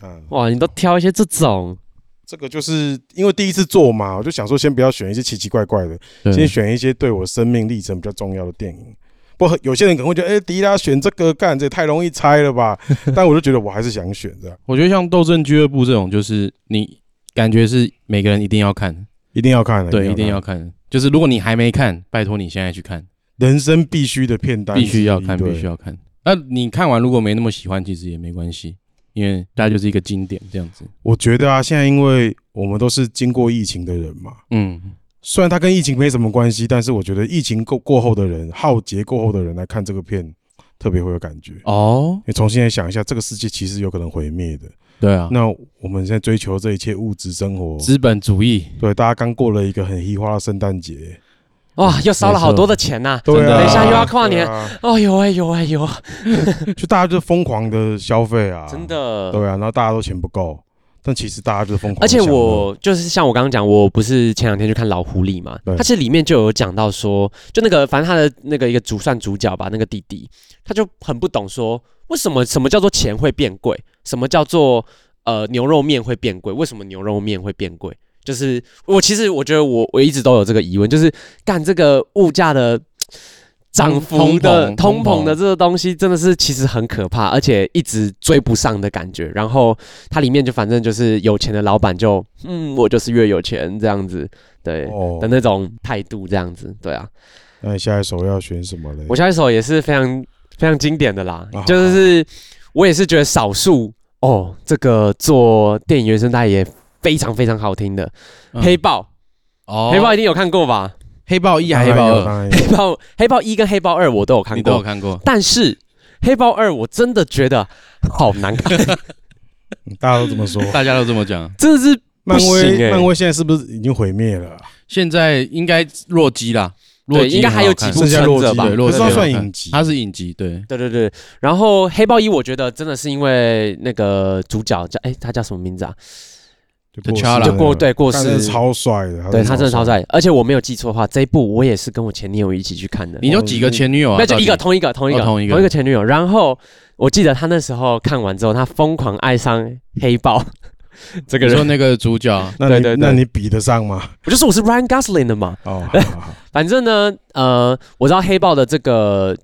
嗯，哇，你都挑一些这种，这个就是因为第一次做嘛，我就想说先不要选一些奇奇怪怪的，先对，选一些对我生命历程比较重要的电影。不过有些人可能会觉得，哎、迪拉选这个干，这也太容易猜了吧？ 但我就觉得我还是想选这样，我觉得像《斗争俱乐部》这种，就是你感觉是每个人一定要看，一定要看的，对，一定看要看。就是如果你还没看，拜托你现在去看，人生必须的片单之一，必须要看，对必须要看。那你看完如果没那么喜欢，其实也没关系，因为它就是一个经典这样子。我觉得啊，现在因为我们都是经过疫情的人嘛，嗯，虽然它跟疫情没什么关系，但是我觉得疫情过过后的人，浩劫过后的人来看这个片，特别会有感觉。哦，你重新来想一下，这个世界其实有可能毁灭的。对啊，那我们现在追求这一切物质生活，资本主义，对大家刚过了一个很稀花的圣诞节，哇，又烧了好多的钱呐、对啊，等一下又要跨年对啊哦，有哎、有哎、有，就大家就疯狂的消费啊，真，的。对啊，然后大家都钱不够，但其实大家就是疯狂而地享且乐。我就是像我刚刚讲，我不是前两天去看《老狐狸》嘛，对它其实里面就有讲到说，就那个反正他的那个一个主算主角吧，那个弟弟，他就很不懂说为什么什么叫做钱会变贵，什么叫做呃牛肉面会变贵，为什么牛肉面会变贵？就是我其实我觉得我我一直都有这个疑问，就是干这个物价的。涨幅的通通膨膨通膨的这个东西真的是其实很可怕，而且一直追不上的感觉。然后它里面就反正就是有钱的老板就嗯，我就是越有钱这样子，对、哦的，那种态度这样子，对啊。那你下一首要选什么嘞？我下一首也是非常非常经典的啦，啊就是我也是觉得少数哦，这个做电影原声带也非常非常好听的《嗯黑豹》，哦黑豹一定有看过吧？黑豹一当还然是黑豹有二，当然有啊黑豹黑豹一跟黑豹二我都有看你都有过，看过？但是黑豹二我真的觉得好难看， 嗯大家都这么 说。大家都这么讲。真的是漫不行威，欸漫威现在是不是已经毁灭了？啊现在应该弱鸡啦，弱对，鸡应该很还好有几看部剩下撑洛着基吧对？洛基可是它很好算看影集它是影集，对，对对对，然后黑豹一我觉得真的是因为那个主角叫哎、他叫什么名字啊？就就过世掐了了就过对过世但是超帅的，对他真的超。帅，而且我没有记错的话，这一部我也是跟我前女友一起去看的。你有几个前女友啊？那就一个到底同一个同一个哦同一个前女友。然后我记得他那时候看完之后，他疯狂爱上黑豹 这个你说人。那个主角，那对你对对那你比得上吗？我就说我是 Ryan Gosling 的嘛。哦，好好好反正呢，呃，我知道黑豹的这个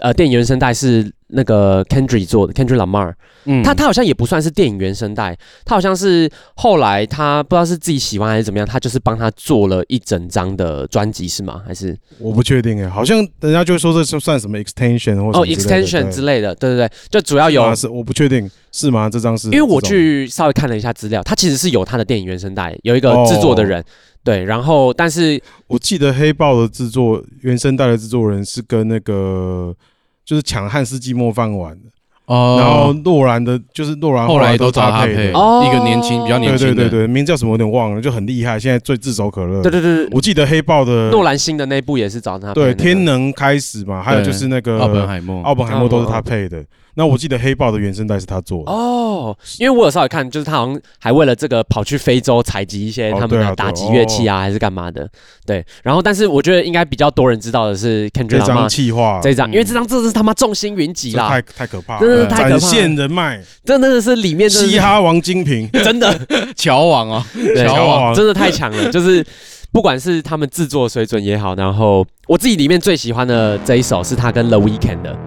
呃电影原声带是那个 Kendrick 做的，Kendrick Lamar。嗯他他好像也不算是电影原声带，他好像是后来他不知道是自己喜欢还是怎么样，他就是帮他做了一整张的专辑是吗？还是我不确定哎，好像人家就会说这是算什么 extension 或什么哦之类的 extension 之类的？对对对，就主要对有啊，是我不确定是吗？这张是因为我这种去稍微看了一下资料，他其实是有他的电影原声带，有一个制作的人，哦对，然后但是我记得黑豹的制作原声带的制作人是跟那个就是抢汉斯季默饭碗的，哦然后诺兰的就是诺兰后来都都找搭他配配，的哦一个年轻比较年对轻对的，对对，名字叫什么我有点忘了，就很厉害，现在最炙手可热。对对对对，我记得黑豹的诺兰新的那一部也是找他拍那对个。 《天能》开始嘛，还有就是那个奥本海默，奥本海默都是他配的。那我记得黑豹的原声带是他做的。哦，因为我有稍微看，就是他好像还为了这个跑去非洲采集一些哦他们对啊的打击对啊乐器啊，还是干嘛的。对，然后但是我觉得应该比较多人知道的是 Kendrick 这 Lamar 张啊气化，这一张，因为这张真的是他妈众星云集这啦太，太可怕了，真的是太可怕展了现人脉，真的是里面真的是嘻哈王金平，真的乔王啊，对乔王真的太强了，就是。不管是他们制作水准也好，然后我自己里面最喜欢的这一首是他跟 The Weeknd 的，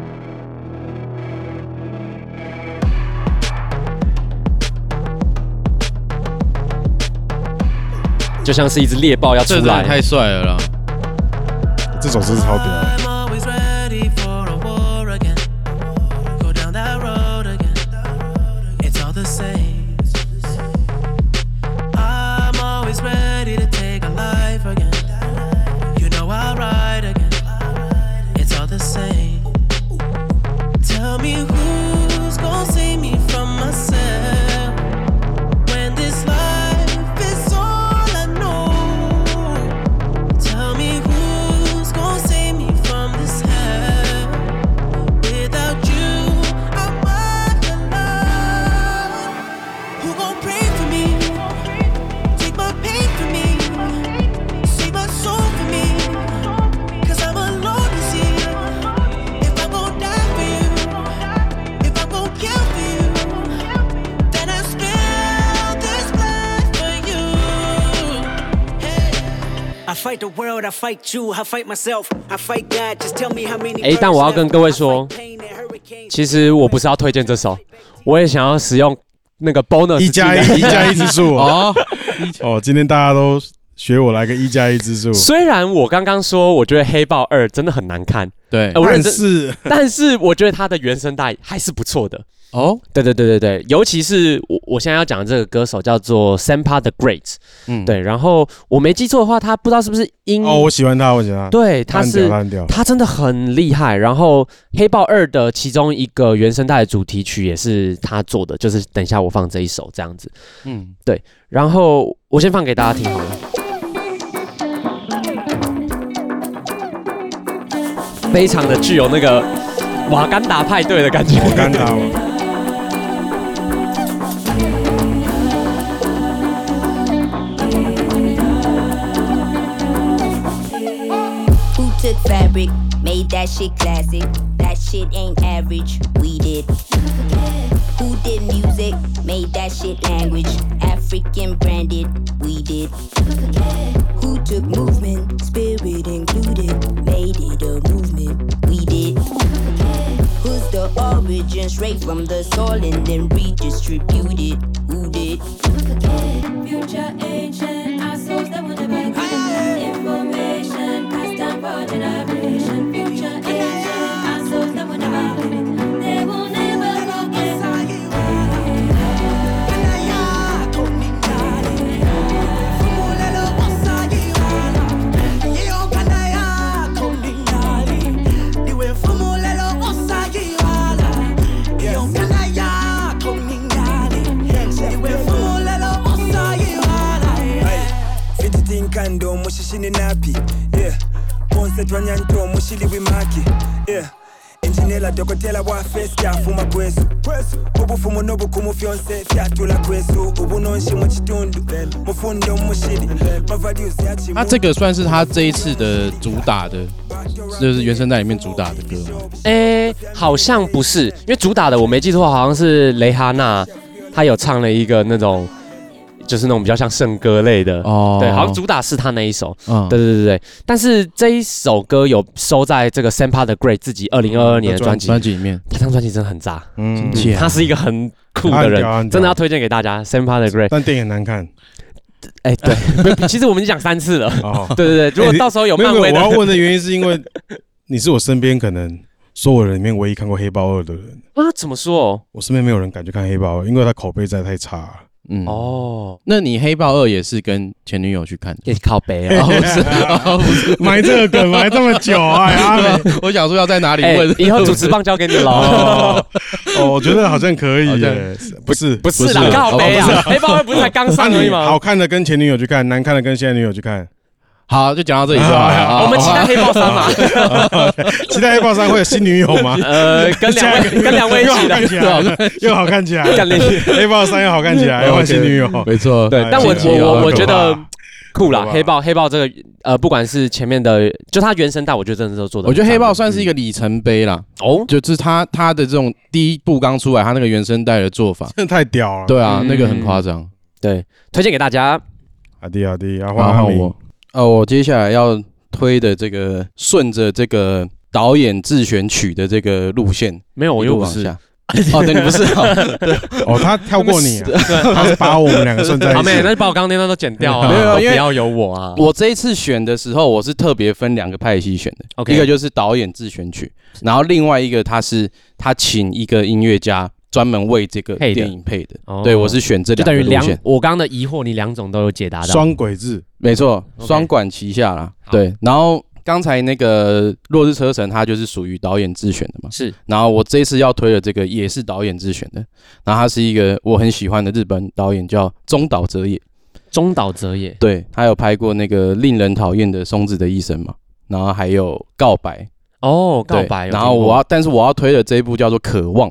就像是一只猎豹要出这真的来太，帅了啦！这首真是超屌。 I'm always ready for a war again. Go down that road again. It's all the same. I'm always ready to take a life again. You know I'll ride again. It's all the same. Tell me who's gonna save me from myself when this life is all I know. Tell me who's gonna save me from this hell? Without you, I'm not alone. Who gonna pray for me? Take my pain for me. Save my soul for me. 'Cause I'm alone to see if I'm gonna die for you. If I'm gonna kill for you, then I spill this blood for you. Hey. I fight the world, I fight you, I fight myself, I fight God. Just tell me how many 哎但我要跟各位说 其实我不是要推荐这首，我也想要使用那个 bonus 一加技能一，一加一之 数哦。哦，哦，今天大家都学我来个一加一之数，虽然我刚刚说我觉得《黑豹二》真的很难看，对哎，我认但真是但是我觉得它的原声带还是不错的。哦，对对对对对，尤其是我我现在要讲的这个歌手叫做 Sampa the Great，嗯，对，然后我没记错的话，他不知道是不是英，哦，我喜欢他，我喜欢他，嗯对，他烂掉是烂掉，他真的很厉害。然后《黑豹二》的其中一个原声带的主题曲也是他做的，就是等一下我放这一首这样子。嗯，然后我先放给大家听好了。非常的具有那个瓦干达派对的感觉，我干他我。 Who took fabric, made that shit classic? That shit ain't average, we did. Who did music, made that shit language? African branded, we did. Who took movement, spirit included, made it a movement, we did. Who's the origin, straight from the soil and then redistributed, who did? Future ancient, our souls that will never get information passed down for generation. Future ancient, our souls that will never get They will never forget. kando mushishini napi yeah concept wanyanto mushili wimaki yeah injinela dokotela wafesi tyafuma kwesu ubufumu n'obukumu fyonse fyatula kwesu ubunonshi mu kitundu mufundo mushili mavalues 他这个算是他这一次的主打的，就是原声带里面主打的歌吗？诶、好像不是，因为主打的我没记错，好像是蕾哈娜，她有唱了一个那种，就是那种比较像圣歌类的。哦对，好像主打是她那一首，嗯对对对对。但是这一首歌有收在这个 Sampa 的 Great 自己二零二二年的专辑，哎专辑里面，他这张专辑真的很炸，嗯，真假他是一个很酷的很屌很人，屌真的要推荐给大家 Sampa 的 Great。但电影很难看哎，对，不其实我们已经讲三次了。 哦。对对对，如果到时候有没有没漫威有，的我要问的原因是因为你是我身边可能所有人里面唯一看过《黑豹二》的人，啊，怎么说？我身边没有人敢去看《黑豹二》，因为他口碑实在太差了。嗯，哦，哦，那你《黑豹二》也是跟前女友去 看的？也靠北啊。不是，哦不是，埋这个梗埋这么久啊，哎阿 美，我想说要在哪里 哎问？，以后主持棒交给 你了。哦，我觉得好像可以好像耶，不是不是不啦，是靠北好啊，黑豹二不是才刚上那而已你 好吗？看的跟前女友去看，难看的跟现在女友去看。好，就讲到这里就好了。 好好我们期待好黑豹三嘛。？期待黑豹三会有新女友吗呃， 跟两 位跟两位一又起好看的。啊起来，又好看起来，练习。黑豹三又好看起来，又 哦换新女友。没错，对哎，但我这我个我好我可觉怕得酷好啦，吧黑豹黑豹这个呃，不管是前面的，就它原声带，我觉得真的都做的。我觉得黑豹算是一个里程碑啦，哦，就是他他的这种第一部刚出来，他那个原声带的做法，真的太屌了。对啊，嗯那个很夸张。对，推荐给大家。阿弟阿弟阿花然阿后明，我，哦，我接下来要推的这个顺着这个导演自选曲的这个路线，没有，我一又路不往是。 下。哦，对，你不是哦，哦，他跳过你啊， 他是把我们两个顺在一好妹，起。那就把我刚刚那段都剪掉啊！没有都因为不要有我啊。我这一次选的时候，我是特别分两个派系选的 OK 一个就是导演自选曲，然后另外一个他是他请一个音乐家专门为这个配的电影配的，哦对我是选这就两个等于路两线，我刚刚的疑惑，你两种都有解答到。双轨制，没错， OK 双管齐下啦。好对，然后刚才那个《落日车神》，它就是属于导演自选的嘛。是然后我这次要推的这个也是导演自选的，然后他是一个我很喜欢的日本导演，叫中岛哲也。中岛哲也，对他有拍过那个令人讨厌的松子的一生嘛，然后还有告白，哦，告对白有听过。然后我要，但是我要推的这一部叫做《渴望》。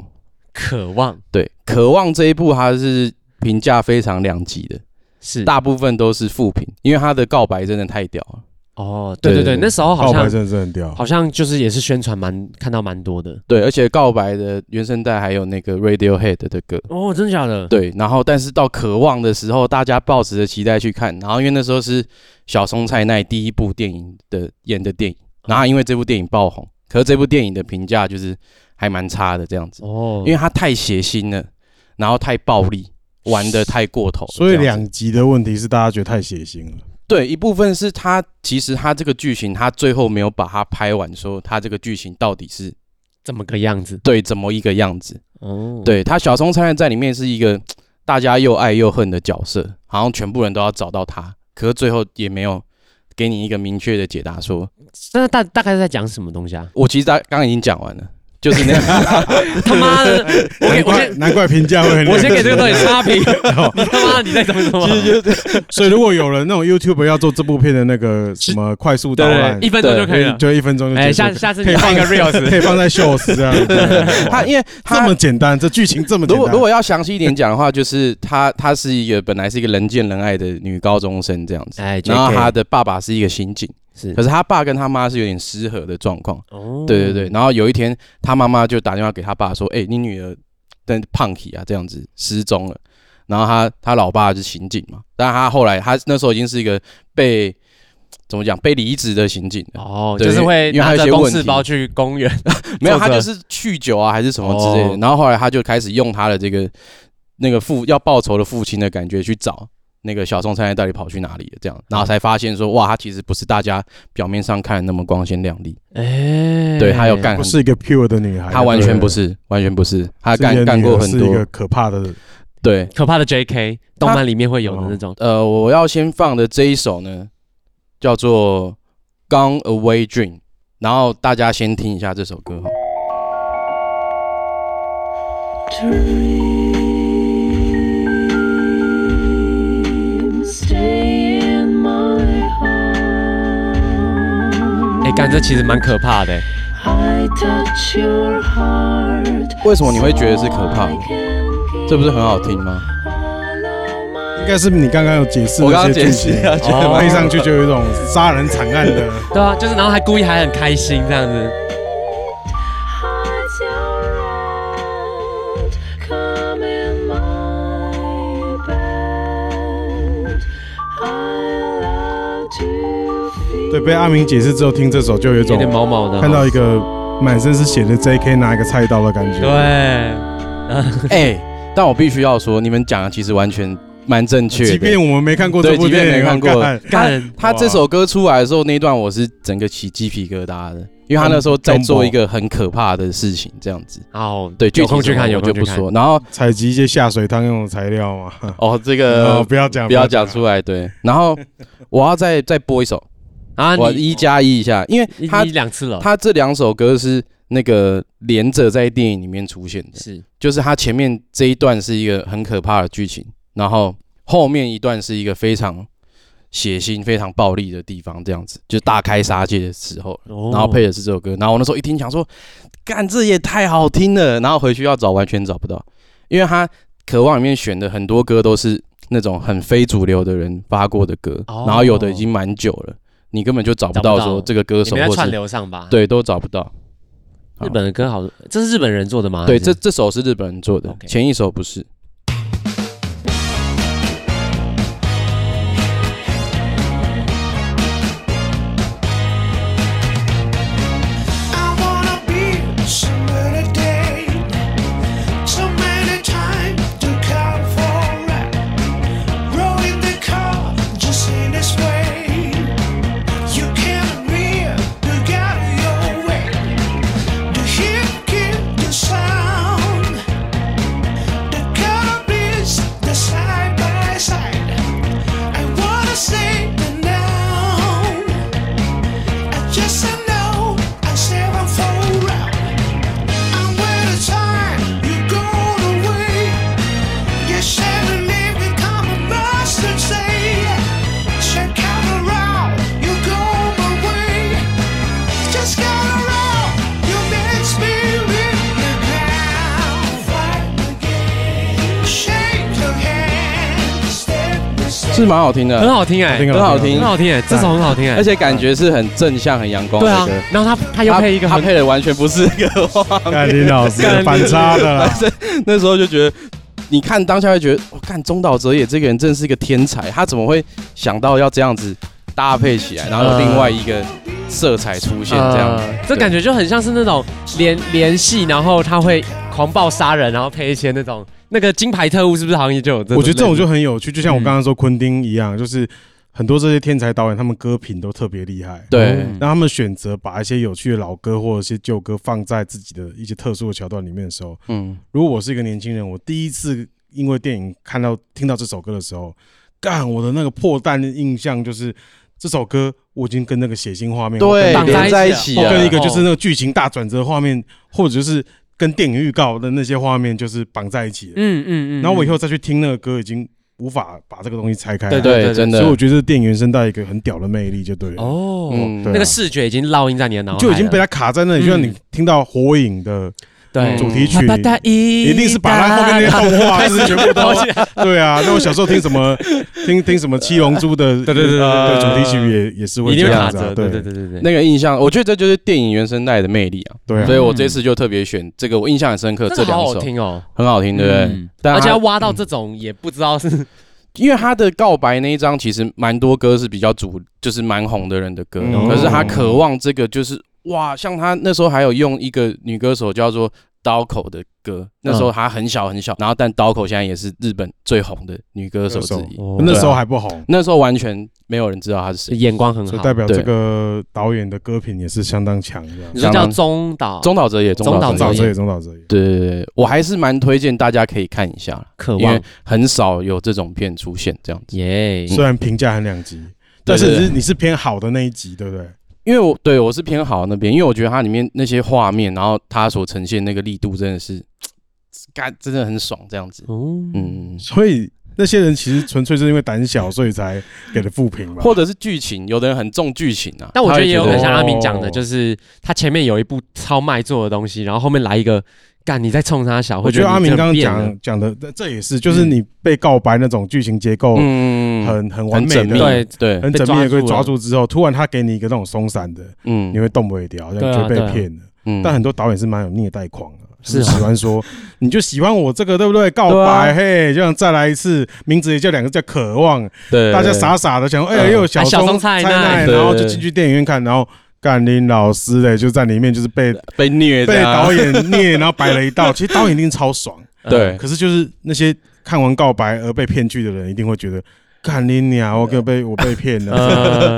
渴望对，《渴望》这一部它是评价非常两极的，是大部分都是负评，因为他的告白真的太屌了。哦，对对对对，对那时候好告白像真的是很屌。好像就是也是宣传蛮看到蛮多的。对，而且告白的原声带还有那个 Radiohead 的歌。哦，真的假的？对，然后但是到渴望的时候，大家抱持着期待去看，然后因为那时候是小松菜奈第一部电影的演的电影，然后因为这部电影爆红，可是这部电影的评价就是还蛮差的这样子，哦，因为它太血腥了，然后太暴力，玩的太过头了这样所子，以两集的问题是大家觉得太血腥了，对，一部分是他其实他这个剧情他最后没有把它拍完，说他这个剧情到底是怎么个样子？对怎么一个样子，哦，对他，小松菜奈在里面是一个大家又爱又恨的角色，好像全部人都要找到他，可是最后也没有给你一个明确的解答说。那大大概是在讲什么东西啊？我其实大刚刚已经讲完了，就是 那样。 他妈的， 我难给我怪先难怪评价会很。我先给这个东西 差评，你他妈的你在怎么怎么？所以如果有人那种 YouTube 要做这部片的那个什么快速导览，一分钟就可以了。就一分钟就哎，结束下下次可你以放放 一个 reels，可以放在 Shorts 这样子。他因为这他么简单，这剧情这么简如单。果如果要详细一点讲的话，就是她她是一个本来是一个人见人爱的女高中生这样子，哎，然后 JK 她的爸爸是一个刑警，是可是她爸跟她妈是有点失和的状况。哦对对对，然后有一天，他妈妈就打电话给他爸说：“哎、你女儿但胖体啊，这样子失踪了。”然后他他老爸是刑警嘛，但他后来他那时候已经是一个被怎么讲被离职的刑警了，哦，对就是会因为他拿着有些公问事题包去公园，没有作他者就是酗酒啊还是什么之类的。哦然后后来他就开始用他的这个那个父要报仇的父亲的感觉去找那个小松菜奈到底跑去哪里了，这嗯样，然后才发现说哇，他其实不是大家表面上看的那么光鲜亮丽，哎，对他有干嗯不很是一哎个 pure 的女孩，他完全不是是，完全不是，他一个女干儿，干过很是一多个，可怕的。对，可怕的 JK 动漫里面会有的那种。呃，我要先放的这一首呢，叫做《Gone Away Dream》，然后大家先听一下这首歌哈。哎，干这其实蛮可怕的。 为什么你会觉得是可怕的？这不是很好听吗？应该是你刚刚有解释我刚那刚些解剧释情，了，哦配上去就有一种杀人惨案的。对啊，就是然后还故意还很开心这样子。 对，被阿明解释之后，听这首就有一有种点毛毛的，看到一个满身是血的 J.K. 拿一个菜刀的感觉。对， 哎、但我必须要说，你们讲的其实完全蛮正确的。即便我们没看过这对，部即便电没影，看过干，他干他哇这首歌出来的时候，那一段我是整个起鸡皮疙瘩的。因为他那时候在做一个很可怕的事情，这样子。哦，对，具有体空去什么看，有我就空不去看。说。然后采集一些下水汤用的材料嘛。哦，这呃，个不要讲，不要讲出来，对。然后我要再再播一首， 啊，我你一加一一下，因为一他一两次了，他这两首歌是那个连着在电影里面出现的，是就是他前面这一段是一个很可怕的剧情，然后后面一段是一个非常血腥、非常暴力的地方，这样子就是大开杀戒的时候，哦然后配的是这首歌，然后我那时候一听想说，干这也太好听了，然后回去要找完全找不到，因为他《渴望》里面选的很多歌都是那种很非主流的人发过的歌，哦然后有的已经蛮久了，你根本就找不找到不到说这个歌你手们在或串是流上吧？，对都找不到。日本的歌好，这是日本人做的吗？对，还是这这首是日本人做的 OK 前一首不是。 I wanna be somebody day. So many times to come for right. Rolling the car just in this way. You can't real, you got your way. The hip kick, the sound. The color is the side by side. I wanna say the now. I just I know I said I'm for out. I'm with the time you go away. You said to me become a master say Check out around, you go my way. Just got around, you makes me live the ground. Fight again, shake your hand, step by step. 是蛮好听很的，好听哎，啊很好听很好听哎，这首很好听哎，而且感觉是很正向、很阳光对啊的歌。，然后他他又配一个他很配的完全不是那个话。 看林老 师干反差的啦，那时候就觉得，你看当下就觉得，我、看中岛哲也这个人真是一个天才，他怎么会想到要这样子搭配起嗯来，然后有另外一个色彩出现这样？呃这感觉就很像是那种联联系，然后他会狂暴杀人，然后配一些那种那个金牌特务，是不是行业就有这？我觉得这种就很有趣，就嗯像我刚刚说昆汀一样，就是很多这些天才导演，他们歌品都特别厉害。对，嗯让他们选择把一些有趣的老歌或者一些旧歌放在自己的一些特殊的桥段里面的时候，嗯，如果我是一个年轻人，我第一次因为电影看到听到这首歌的时候，干我的那个破蛋印象就是这首歌我已经跟那个血腥画面对，绑在连在一起一起或啊嗯哦啊，跟一个就是那个剧情大转折画面，或者就是跟电影预告的那些画面就是绑在一起了。嗯嗯嗯。然后我以后再去听那个歌，已经无法把这个东西拆开来。对对，真所以我的，觉得电影原声带一个很屌的魅力，就对了。哦，嗯，对啊那个视觉已经烙印在你的脑海了，就已经被它卡在那里，就像嗯你听到《火影》的对主题曲，啪啪嗒一一定是把它后面那些动画就是全部都开始对啊。那我小时候听什么，听听什么《七龙珠》的，对对对对呃对对主题曲也也是会一定这会样卡子啊着，，对对对对对。那个印象，我觉得这就是电影原声带的魅力啊。对啊所以我这次就特别选这个，我印象很深刻这真的两好好首，听哦，很好听，对不对啊嗯嗯？但而且它要挖到这种也不知道是因为他的告白那一张其实蛮多歌是比较主，就是蛮红的人的歌，嗯可是他渴望这个就是哇，像他那时候还有用一个女歌手叫做刀口的歌，那时候她很小很小，然后但刀口现在也是日本最红的女歌手之一，啊哦那时候还不红，那时候完全没有人知道她是谁。眼光很所以好代。表这个导演的歌品也是相当强的。你说叫中岛中岛哲也，中岛岛早哲哲这也，也，中岛这也。对对对对，我还是蛮推荐大家可以看一下啦，渴因为望很少有这种片出现这样子。耶，虽然评价很两极，但对是对你对是你是偏好的那一集，对不对？因为我对我是偏好那边，因为我觉得它里面那些画面，然后它所呈现那个力度真的是，干真的很爽这样子。嗯，嗯，所以那些人其实纯粹是因为胆小，所以才给的负评吧。或者是剧情，有的人很重剧情啊，但我觉得也有他会很觉像阿明讲哦的，就是他前面有一部超卖座的东西，然后后面来一个干你在冲他小，我会觉得你阿明真的刚刚变了讲讲的，这这也是就是你被告白那种剧情结构嗯，很很完很美缜的，密，对对，很缜密的被抓住被了抓住之后，突然他给你一个那种松散的，嗯你会动不了，这对样啊就被对啊骗了。嗯但很多导演是蛮有虐待狂的。是啊喜欢说，你就喜欢我这个对不对？告对啊白嘿，就想再来一次，名字也叫两个叫渴望，对大家傻傻的想说，哎、嗯又有小啊小松松菜奈奈，对然后就进去电影院看，然后干林老师嘞就在里面就是被被虐啊被这样导演虐，然后摆了一道，其实导演一定超爽，对可是就是那些看完告白而被骗去的人，一定会觉得。看你鸟，我可被我被骗 了。嗯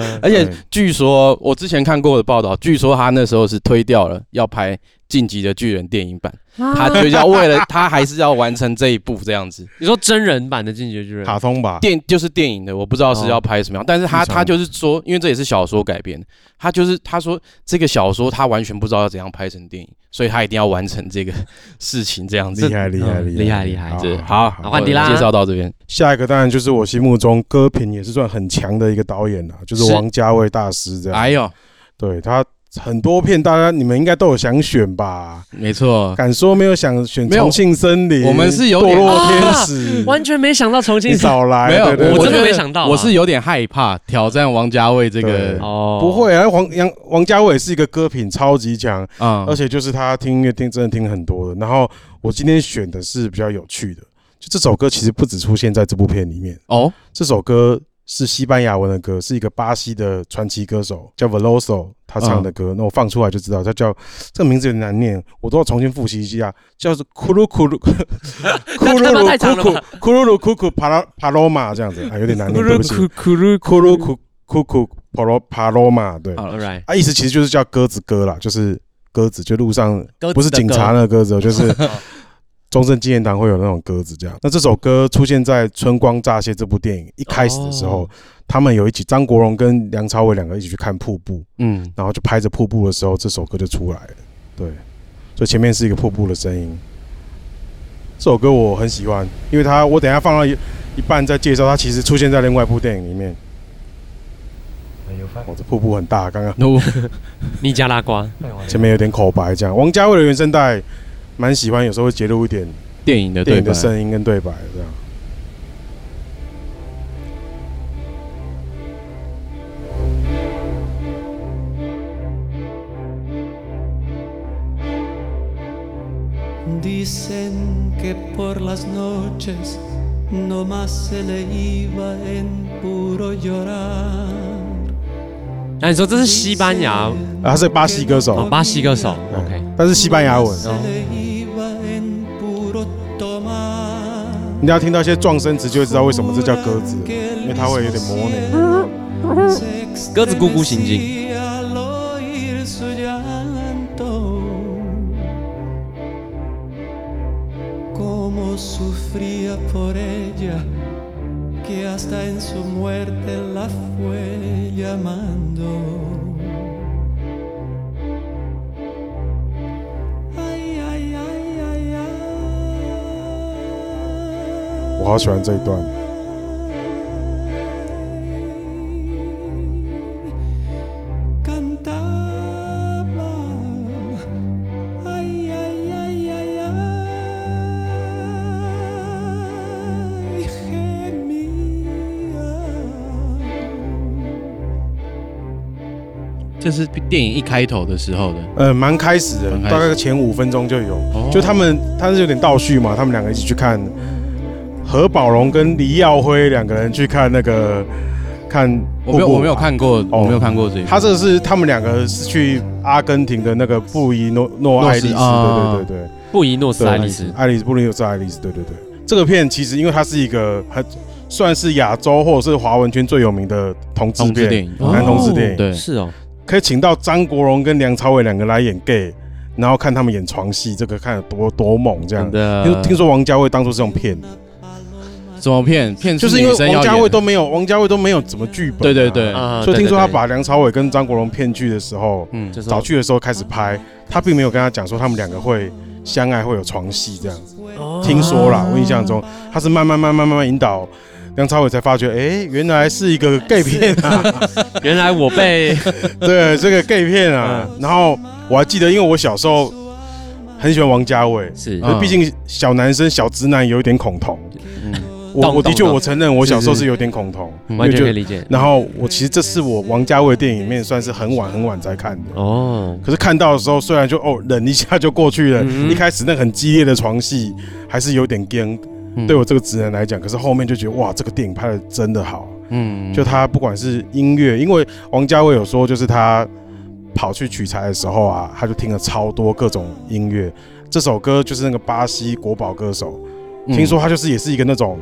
呃， 而且对据说我之前看过的报道，据说他那时候是推掉了要拍《晋级的巨人》电影版，啊他推掉为了他还是要完成这一步这样子。你说真人版的《进击的巨人》 卡通吧，电就是电影的，我不知道是要拍什么样，但是他非常他就是说，因为这也是小说改编，他就是他说这个小说他完全不知道要怎样拍成电影，所以他一定要完成这个 事情这样子。厉害厉害嗯厉害厉害厉害好是好好，好好。换迪拉我介绍到这边，下一个当然就是我心目中歌评也是算很强的一个导演啦，啊就是是王家卫大师这样。哎呦，对他很多片，大家你们应该都有想选吧？没错，敢说没有想选嗯没有重庆森林？我们是有堕点落天 使，完全没想到重你庆少来，没有，对对我对真的觉得没想到啊我是有点害怕挑战王家卫这对 个哦不会啊，王杨王家卫也是一个歌品超级强，啊而，且就是他听音乐听真的听很多的。然后我今天选的是比较有趣的，就这首歌其实不只出现在这部片里面，哦，这首歌是西班牙文的歌，是一个巴西的传奇歌手叫 Veloso 他唱的歌。那我放出来就知道，他叫这个名字有点难念，我都要重新复习一下，叫做库鲁库 鲁库鲁他妈鲁太长库了库吧库鲁鲁库库帕拉帕罗马这样子啊，有点哦难念，对不起，库噜库鲁库库库帕罗帕罗马嗯对。 ，All right，啊，意思其实就是叫鸽子哥啦，就是鸽子，就路上鸽子的不是警察那个鸽子哦，就是中正纪念堂会有那种鸽子这样。那这首歌出现在《春光乍泄》这部电影一开始的时候，哦他们有一起，张国荣跟梁朝伟两个一起去看瀑布，嗯，然后就拍着瀑布的时候，这首歌就出来了。对，所以前面是一个瀑布的声音。这首歌我很喜欢，因为它我等一下放到一一半再介绍，它其实出现在另外一部电影里面。我、哦、这瀑布很大，刚刚。那我尼加拉瓜，前面有点口白这样。王家卫的原声带蛮喜欢，有时候会截录一点电影的电对影白的，声音跟对白这样。 Dicen que por las noches no más se le iba en puro llorar. 那你说这是西班牙啊，他是巴西歌哦，手，巴西歌手对，OK，但是西班牙文，哦 Se le iba en puro tomar. 你要听到一些撞声词，就会知道为什么这叫鸽子，因为它会有点模拟。鸽子咕咕行进， Y al oír su llanto, cómo sufría por ella, que hasta en su muerte la fue llamando. Ay, ay, ay, ay, ay. 我好喜欢这一段， Cantaba, ay, ay, ay, ay, ay, gemía. 这是电影一开头的时候的，呃，蛮开始的蛮，开始哦大概前五分钟就有，就他们他是有点倒叙嘛，他们两个一起去看何宝荣跟黎耀辉两个人去看那个看我没有瀑布我没有看过，哦我没有看过这个，他这个是他们两个是去阿根廷的那个布宜诺诺艾利斯，诺斯啊对对对对，布宜诺斯对艾利斯，艾利斯布宜诺斯艾利斯，对对对。这个片其实因为它是一个很算是亚洲或者是华文圈最有名的同志同志片，电影，哦男同志电影，对是哦，可以请到张国荣跟梁朝伟两个来演 gay，然后看他们演床戏，这个看有多多猛这样真。的听听说王家卫当初是用骗，什么片片就是因为女生王要家演卫的都没有王家卫都没有怎么剧本、对对对，啊所以听说他对对对把梁朝伟跟张国荣骗去的时候，嗯，就是早去的时候开始拍，他并没有跟他讲说他们两个会相爱，会有床戏这样子。听说啦，我印象中他是慢慢慢慢慢慢引导梁朝伟才发觉，哎、原来是一个 gay 片啊，原来 我被，对，这个 gay 片啊。然后我还记得，因为我小时候很喜欢王家卫是可是毕竟小男生小直男有一点恐同，我懂我的确懂我承认我小时候是是有点恐同，因完为全就可以理解然后我其实这是我王家卫电影里面算是很晚很晚才看的。哦，可是看到的时候，虽然就哦忍一下就过去了，一开始那很激烈的床戏还是有点僵，嗯对我这个直男来讲，可是后面就觉得哇，这个电影拍的真的好，嗯就他不管是音乐，因为王家卫有说，就是他跑去取材的时候啊，他就听了超多各种音乐，这首歌就是那个巴西国宝歌手嗯听说他就是也是一个那种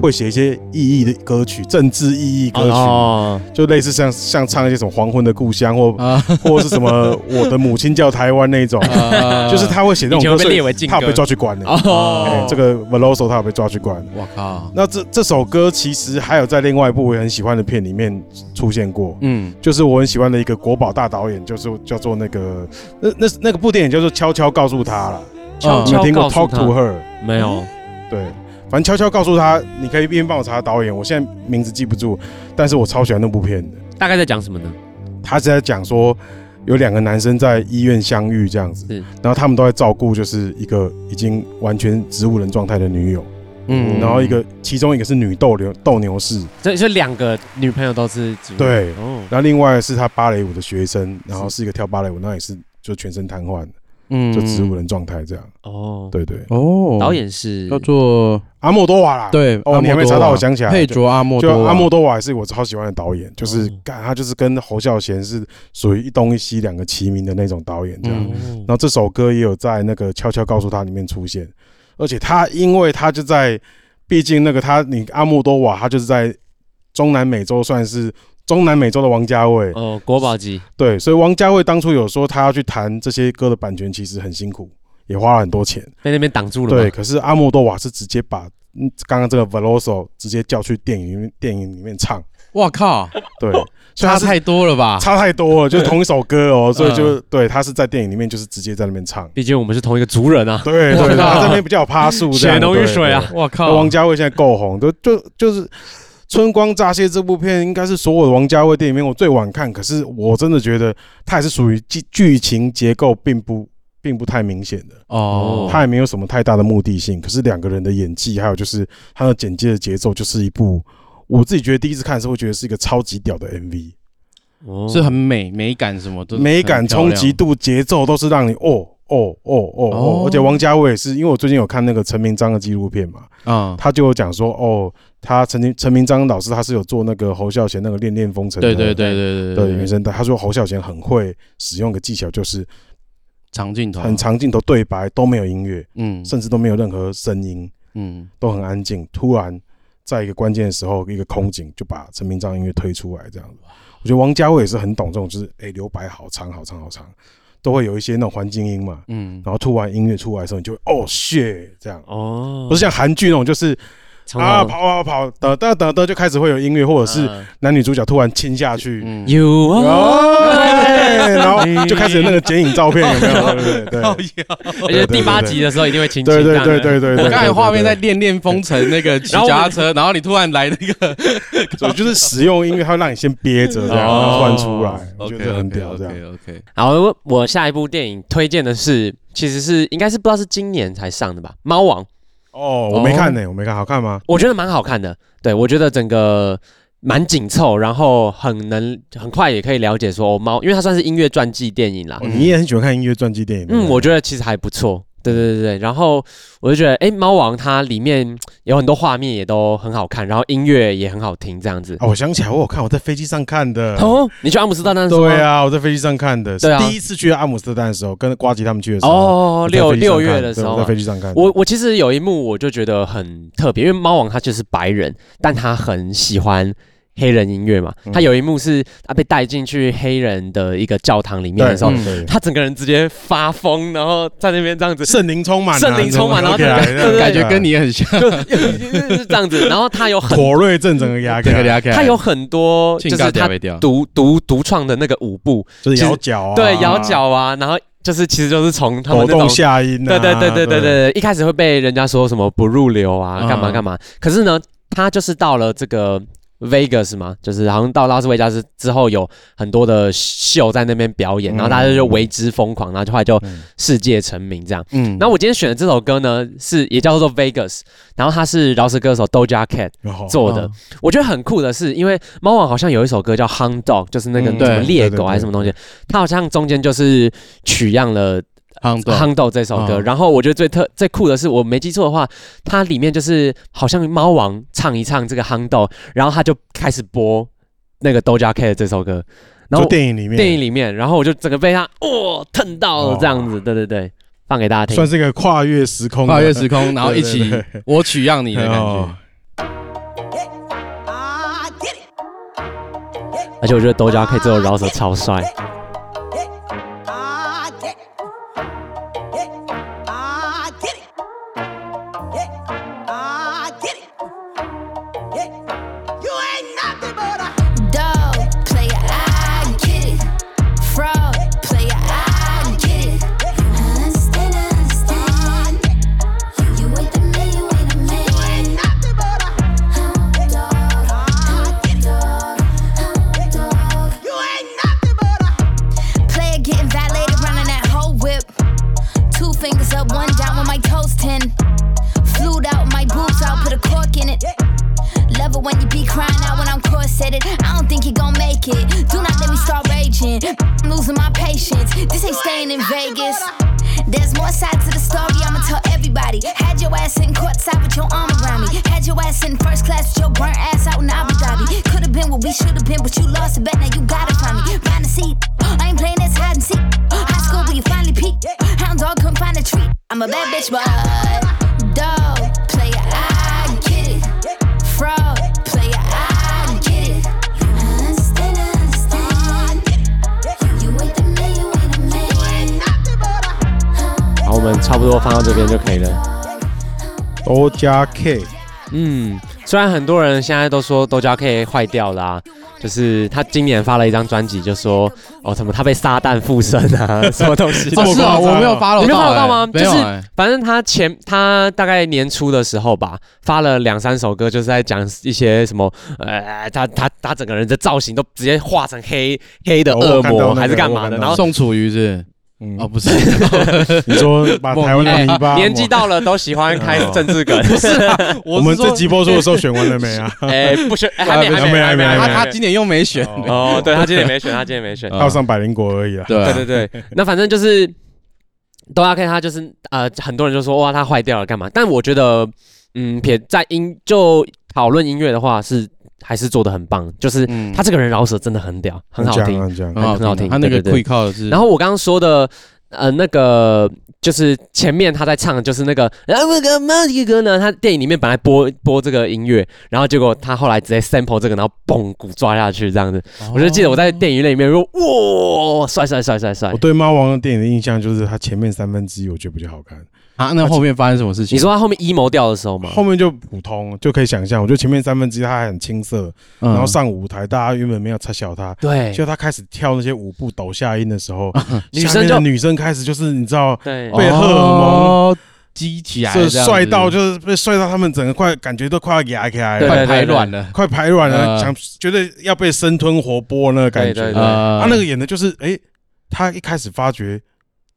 会写一些意义的歌曲，政治意义歌曲，哦，就类似像像唱一些什么《黄昏的故乡》或啊， 或是什么我的母亲叫台湾那种，啊 就是他会写那以种前歌，会被所以列为禁他有被歌抓去关的。哎哦，这个 Veloso 他有被抓去关。我靠，那这这首歌其实还有在另外一部我也很喜欢的片里面出现过，嗯，就是我很喜欢的一个国宝大导演，就是叫做那个那那那个部电影叫做《悄悄告诉他》了，悄你悄们听过告诉 Talk 他 to Her？没有？对，反正悄悄告诉他，你可以一边帮我查导演，我现在名字记不住，但是我超喜欢那部片的。大概在讲什么呢？他是在讲说有两个男生在医院相遇这样子是，然后他们都在照顾就是一个已经完全植物人状态的女友，嗯然后一个其中一个是女斗牛斗牛士，这就两个女朋友都是植物对哦，然后另外是他芭蕾舞的学生，然后是一个跳芭蕾舞，那也是就全身瘫痪的，嗯就植物人状态这样。哦，对对，哦，导演是叫做阿莫多瓦啦，，对，哦阿莫多瓦你还没查到我想起来了佩卓阿莫就多啊瓦，阿莫多瓦也是我超喜欢的导演，就是哦干、他就是跟侯孝贤是属于一东一西两个齐名的那种导演这样。嗯然后这首歌也有在那个《悄悄告诉他》里面出现，而且他因为他就在，毕竟那个他你阿莫多瓦他就是在中南美洲算是中南美洲的王家卫，哦国宝级，对，所以王家卫当初有说他要去谈这些歌的版权，其实很辛苦，也花了很多钱。被那边挡住了嘛。对，可是阿莫多瓦是直接把嗯刚刚这个 Veloso 直接叫去电影里面电影里面唱，哇靠，对，所以差他是太多了吧？差太多了，就是同一首歌哦，所以就对他是在电影里面就是直接在那边唱。毕竟我们是同一个族人啊。对哇对，靠他这边比较有趴树，这样血浓于对水啊对我那靠，王家卫现在够红，都就就是《春光乍泄》这部片，应该是所有的王家卫电影里面我最晚看。可是我真的觉得它也是属于剧剧情结构并不并不太明显的，哦，它也没有什么太大的目的性。可是两个人的演技，还有就是它的剪接的节奏，就是一部我自己觉得第一次看的时候，会觉得是一个超级屌的 MV，哦是很美美感什么都美感、很漂亮冲击度、节奏都是让你哦。哦哦哦哦哦！而且王家卫也是，因为我最近有看那个陈明章的纪录片嘛，啊，他就有讲说，哦，他曾经陈明章老师他是有做那个侯孝贤那个《恋恋风尘》对的对对对对的原声带，他说侯孝贤很会使用一个技巧，就是长镜头很，长镜头对白都没有音乐，哦嗯甚至都没有任何声音，嗯，都很安静，突然在一个关键的时候，一个空景就把陈明章音乐推出来，这样子。我觉得王家卫也是很懂这种，就是哎、留白好长好长好长，都会有一些那种环境音嘛，嗯然后突然音乐出来的时候，你就会哦 shit 这嗯样，哦不是像韩剧那种就是。长啊，毛跑跑跑，得得得得，就开始会有音乐，或者是嗯男女主角突然亲下去，嗯， You 哦，对然后就开始有那个剪影照片，有没有？对对对而且第八集的时候一定会亲亲。对对对这对样的对对对，我刚才对，画面在《恋恋风尘》那个骑脚踏车，然后你突然来那个对就是使用音乐，它会让你先憋着，这样然哦后突然出来，我觉得很屌，这样。 OK，好，我我下一部电影推荐的是，其实是应该是不知道是今年才上的吧，《猫王》，哦，我没看呢，我没看，好看吗？我觉得蛮好看的。对我觉得整个蛮紧凑，然后很能很快也可以了解说哦猫，因为它算是音乐传记电影啦哦。你也很喜欢看音乐传记电影，对不嗯，对我觉得其实还不错。对对对对，然后我就觉得，哎，猫王它里面有很多画面也都很好看，然后音乐也很好听，这样子。啊，我想起来，我有看，我在飞机上看的。哦，你去阿姆斯特丹的时候吗？对啊，我在飞机上看的，是对啊第一次去阿姆斯特丹的时候，跟瓜吉他们去的时候，哦我，在六飞机上六月看的时对候我在嘛飞，机上看的，我我其实有一幕我就觉得很特别，因为猫王他就是白人，但他很喜欢黑人音乐嘛。嗯他有一幕是他被带进去黑人的一个教堂里面的时候，对嗯对他整个人直接发疯，然后在那边这 样子，圣灵充满啊，圣灵充满然后这种对对对感觉跟你很像，就就是这样子，然后他有 很妥啊瑞症整个压这个开，俩他有很多就就是他掉，独独独创的那个舞步，就是摇脚啊，对，摇脚啊，然后就是其实就是从他们抖那种动下音啊，对对对对对对，一开始会被人家说什么不入流啊，嗯干嘛干嘛。可是呢，他就是到了这个 Vegas 嘛，就是好像到拉斯维加斯之后，有很多的秀在那边表演，嗯然后大家就为之疯狂，然后就后来就嗯世界成名这样。嗯然后我今天选的这首歌呢，是也叫做 Vegas，然后它是饶舌歌手 Doja Cat 然后做的。我觉得很酷的是，因为猫王好像有一首歌叫《Hound Dog》，就是那个什嗯么对猎对对狗还是对什么东西，它好像中间就是取样了夯《豆，憨豆》这首歌，嗯然后我觉得最特最酷的是，我没记错的话，它里面就是好像猫王唱一唱这个《憨豆》，然后他就开始播那个 Doja Cat 的这首歌，然就后电影里面，电影里面，然后我就整个被他哦蹭到了这样子，对对对，放给大家听算。是一个跨越时空的，跨越时空，然后一起对对对我取样你的感哦觉。而且我觉得抖脚可以这种饶舌超帅， Dog, player, I get it. Frog, player, I get it. I understand, I understand. You ain't the man, you ain't the man. You ain't nothing but a hot dog, hot dog, hot dog. You ain't nothing but a player getting violated, running that whole whip. Two fingers up, one down with my toes ten. Flued out, my boobs out, put a cork in it. Love it when you be crying out when I'm corseted. I don't think you gon' make it. Do not let me start raging. I'm losing my patience. This ain't staying in Vegas. There's more sides to the story, I'ma tell everybody. Had your ass in courtside with your arm around me. Had your ass in first class with your burnt ass out in Abu Dhabi. Could've been what we should've been, but you lost the bet, now you gotta find me. Find a seat. I ain't playing this hide and seek. High school, but you finally peaked. Hound dog couldn't find a treat. I'm a bad bitch, but dog player, I get it. Frog player, I get it. I understand, I understand. You ain't the man, you ain't the man. You ain't nothing but a 好，我们差不多放到这边就可以了。多加 K，嗯，虽然很多人现在都说豆角 K 坏掉啦、就是他今年发了一张专辑，就说哦什么他被撒旦附身啊， 什么东西的哦。是啊我没有发你没有看到吗？没有就是哎，反正他前他大概年初的时候吧，发了两三首歌，就是在讲一些什么，呃，他他他整个人的造型都直接画成黑黑的哦恶我看到魔、那个还是干嘛的，我看到然后。宋楚瑜是嗯哦，，不是，你说把台湾的泥巴，哎年纪，到了都喜欢开政 治梗，不是？啊 我们这集播出的时候选完了没啊？ 哎，不是，哎还没，还还没，没还没，还没还没。他他今年又没选，哦，对他今年没 选，他今年没选。嗯要上百灵国而已啊。对啊对对 对，那反正就是都要看他，就是呃，很多人就说哇，他坏掉了干嘛？但我觉得，嗯，撇在音就讨论音乐的话是，还是做的很棒，就是嗯他这个人饶舌真的很屌，很好听。嗯很啊讲。很好听他那个对对 quick call 是，然后我刚刚说的。呃，那个就是前面他在唱，就是那个然后那个那个歌呢，他电影里面本来播播这个音乐，然后结果他后来直接 sample 这个，然后嘣鼓抓下去这样子。我就记得我在电影院里面说，哇，帅帅帅帅帅我！对《猫王》的电影的印象就是，它前面三分之一我觉得比较好看，啊，那后面发生什么事情？你说他后面 emo 掉的时候吗？后面就普通，就可以想象。我觉得前面三分之一它还很青涩，嗯，然后上舞台，大家原本没有插小它，对嗯就他开始跳那些舞步抖下音的时 候，女下生面就的女生开始就是你知道，对哦被荷尔蒙激起来，这哦这样子帅到就是被帅到他们整个快感觉都快要压起来对嗯了，快排卵了，快排卵了，呃想觉得要被生吞活剥那个感对对觉。对呃啊他那个演的就是，哎，他一开始发觉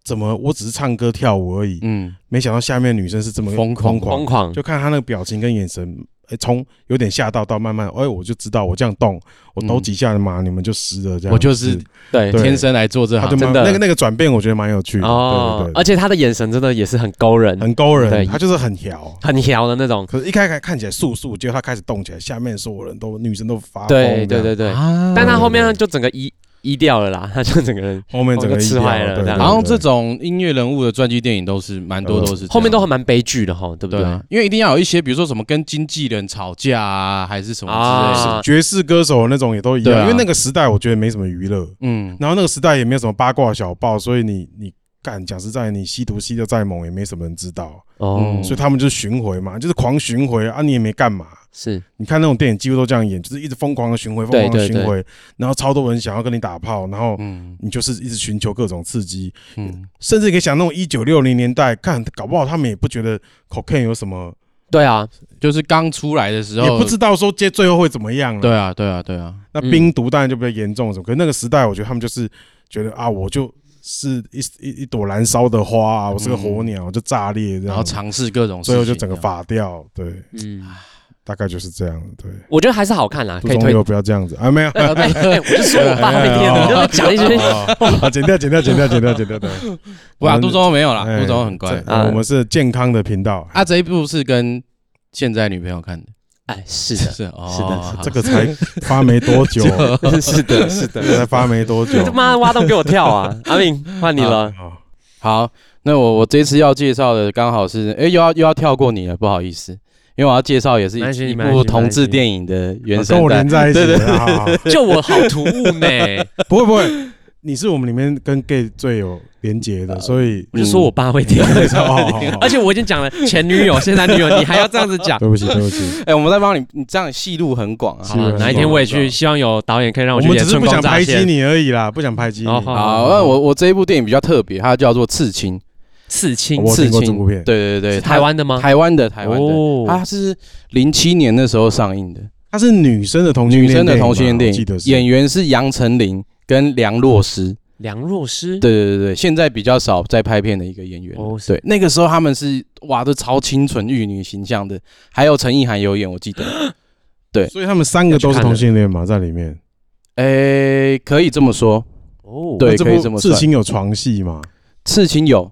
怎么我只是唱歌跳舞而已，嗯，没想到下面的女生是这么疯狂狂，疯狂，就看他那个表情跟眼神。哎，从有点吓到到慢慢，哎，我就知道我这样动，我嗯抖几下嘛，你们就湿了这样。我就是啊对啊对天生来做这他行就，蛮真的那个那个转变，我觉得蛮有趣的。对哦对，对而且他的眼神真的也是很勾人，很勾对人，他就是很调。很调的那种。可是，一开始看起来素素，结果他开始动起来，下面所有人都女生都发疯。对对这样，对对，啊但他后面就整个移移掉了啦，他 就整个人后面整个哦就吃一掉坏了对这样对然后对这种音乐人物的传记电影都是蛮多呃都是这样嗯后面都很蛮悲剧的哈，对不对对啊？，因为一定要有一些，比如说什么跟经纪人吵架啊，还是什么之类的，啊，爵士歌手那种也都一对啊样，因为那个时代我觉得没什么娱乐，嗯，然后那个时代也没有什么八卦小报，所以你你干讲实在，你吸毒吸的再猛也没什么人知道，哦嗯，所以他们就巡回嘛，就是狂巡回啊，你也没干嘛。是你看那种电影几乎都这样演，就是一直疯狂的巡回，疯对狂的对巡对回，然后超多人想要跟你打炮，然后嗯你就是一直寻求各种刺激，嗯，甚至可以想那种一九六零年代，看搞不好他们也不觉得 cocaine 有什么，对啊，就是刚出来的时候，也不知道说接最后会怎么样了。对啊，对啊，对啊，那冰毒当然就比较严重什么，可是那个时代我觉得他们就是觉得啊，我就是一一一朵燃烧的花啊，我是个火鸟，我就炸裂这样，嗯然后尝试各种事情，最后就整个发掉，对，嗯，大概就是这样，对。我觉得还是好看啦，可以中推。六不要这样子啊，没有。哎，哎我就 说我爸没听，你就在哎讲 一些啊，剪掉，剪掉，剪掉，剪掉，剪掉的。不啊，杜忠没有啦，哎杜忠很乖这我们是健康的频道，哎啊。这一部是跟现在女朋友看的，哎，是的， 是哦，是的好这个才发没多 久，是的，是的， 才发没多久 他。妈挖洞给我跳啊！阿敏，换你了，好好，那我我这次要介绍的刚好是，哎、又要又要跳过你了，不好意思，因为我要介绍也是没关系一一没关系部没关同志系电影的原啊跟声我带连。 在一起对对了，好好好就我好突兀呢，不会不会，你是我们里面跟 gay 最有连结的，所以我就说我爸会 听，哦好好好 而且我已经讲了前女友、现在女友，你还要这样子讲。对不起对不起，哎、我们在帮你，你这样戏路很广啊。好了，哪一天我也去，希望有导演可以让我去们演只是春不光想乍排挤现。你而已啦，不想排挤你。哦好好，那我我这一部电影比较特别，它叫做《刺青》。刺青我刺听过青，这部片对对对，是它台湾的吗？台湾的台湾的，哦它是零七年的时候上映的，她是女生的同性女恋生的电影同性恋嘛电我记得影，是演员是杨丞琳跟梁洛施。梁若诗。对对对对，现在比较少在拍片的一个演员了。哦是对，那个时候他们是哇，都超清纯玉女形象的，还有陈意涵有演，我记得。所以他们三个都是同性恋嘛，在里面。诶、可以这么说，哦，对那这可以部这么刺算青有床戏嘛？刺青有，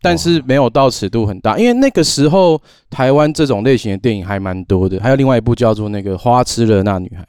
但是没有到尺度很大，因为那个时候台湾这种类型的电影还蛮多的，还有另外一部叫做那个《花痴了那女孩》，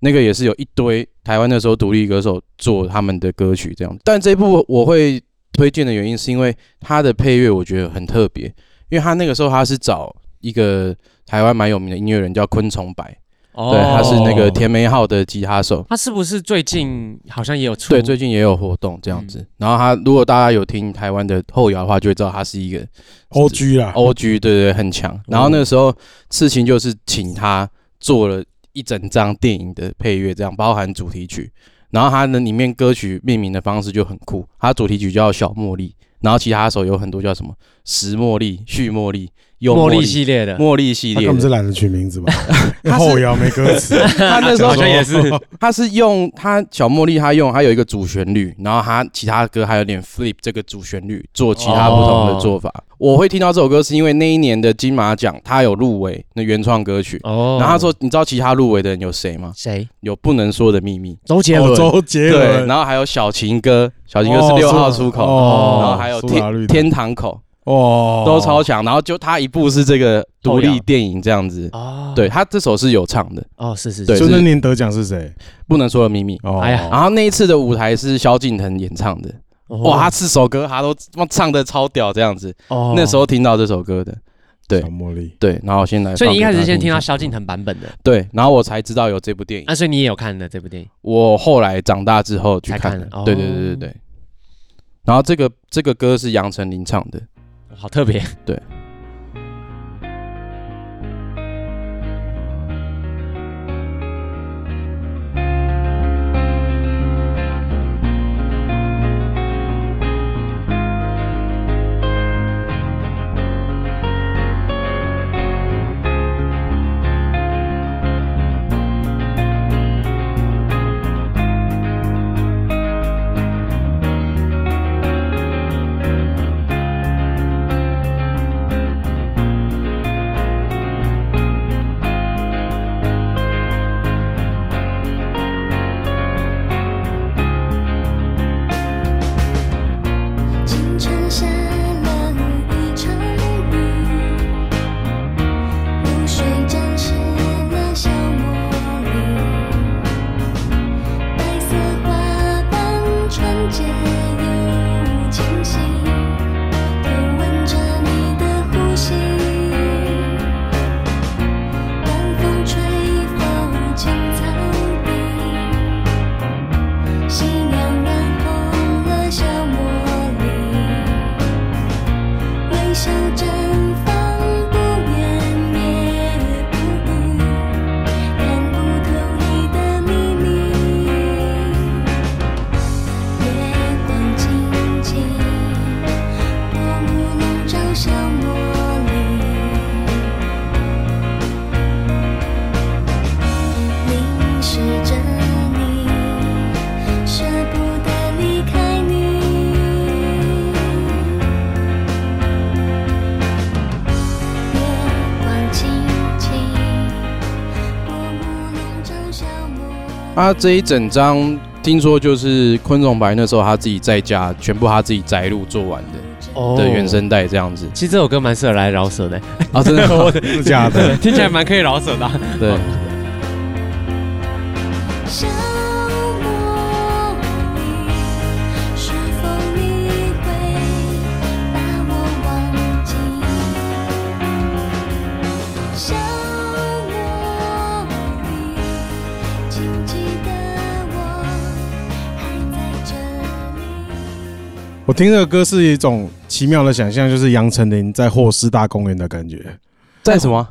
那个也是有一堆台湾那时候独立歌手做他们的歌曲这样。但这部我会推荐的原因是因为它的配乐我觉得很特别，因为他那个时候他是找一个台湾蛮有名的音乐人叫昆虫白，哦对，他是那个田美浩的吉他手。他是不是最近好像也有出？嗯对，最近也有活动这样子。然后他，如果大家有听台湾的后摇的话，就会知道他是一个 O G 啊啦， O G，对对，很强。然后那个时候，刺青就是请他做了一整张电影的配乐，这样包含主题曲。然后他的里面歌曲命名的方式就很酷，他主题曲叫《小茉莉》，然后其他首有很多叫什么“石茉莉”“续茉莉”“又茉莉莉”系列的，茉莉系他列根本是的。懒得取名字吧？他是后摇没歌词，他那时候好像也是他是用他小茉莉，他用他有一个主旋律，然后他其他歌还有点 flip 这个主旋律，做其他不同的做法。我会听到这首歌是因为那一年的金马奖他有入围那原创歌曲，哦。然后他说你知道其他入围的人有谁吗？谁？有不能说的秘密，周杰哦伦。周杰对，伦，然后还有小情歌，小情歌是哦六苏号出口，哦然后还有苏打绿的天天堂口哦，都超强，然后就他一部是这个独后立摇电影这样子，哦，对他这首是有唱的，哦，是是对啊是所以是那年得奖是谁？不能说的秘密。哦，哎呀然后那一次的舞台是萧敬腾演唱的，哇，他，四首歌他都他妈唱的超屌这样子，哦那时，候听到这首歌的，对小茉莉，对，然后先来放给所大以你家一一开下，始先听到萧敬腾版本的，对，然后我才知道有这部电影，啊，所以你也有看的这部电影，我后来长大之后去才看看的的，对对哦对对对。然后这个这个歌是杨丞琳唱的，好特别。清晨下了一场雨，露水沾湿了小茉莉，白色花瓣纯洁又清新，都吻着你的呼吸。晚风吹拂青草地。夕阳染红了小茉莉，微笑绽放，不言也不语，看不透你的秘密。月光轻轻薄雾笼罩小茉莉，凝视着你。舍不得离开你，月光轻轻，薄雾笼罩小茉他啊这一整张听说就是昆虫白那时候他自己在家全部他自己摘录做完的哦的原。声带这样 子其实这首歌蛮适合来饶 舌的，啊，真的吗是假的， 听起来蛮可以饶舌的啊。对，莉，小茉莉，是否你会请记得我还在这里。我听这个歌是一种奇妙的想象，就是杨丞琳在霍师大公园的感觉，在什么？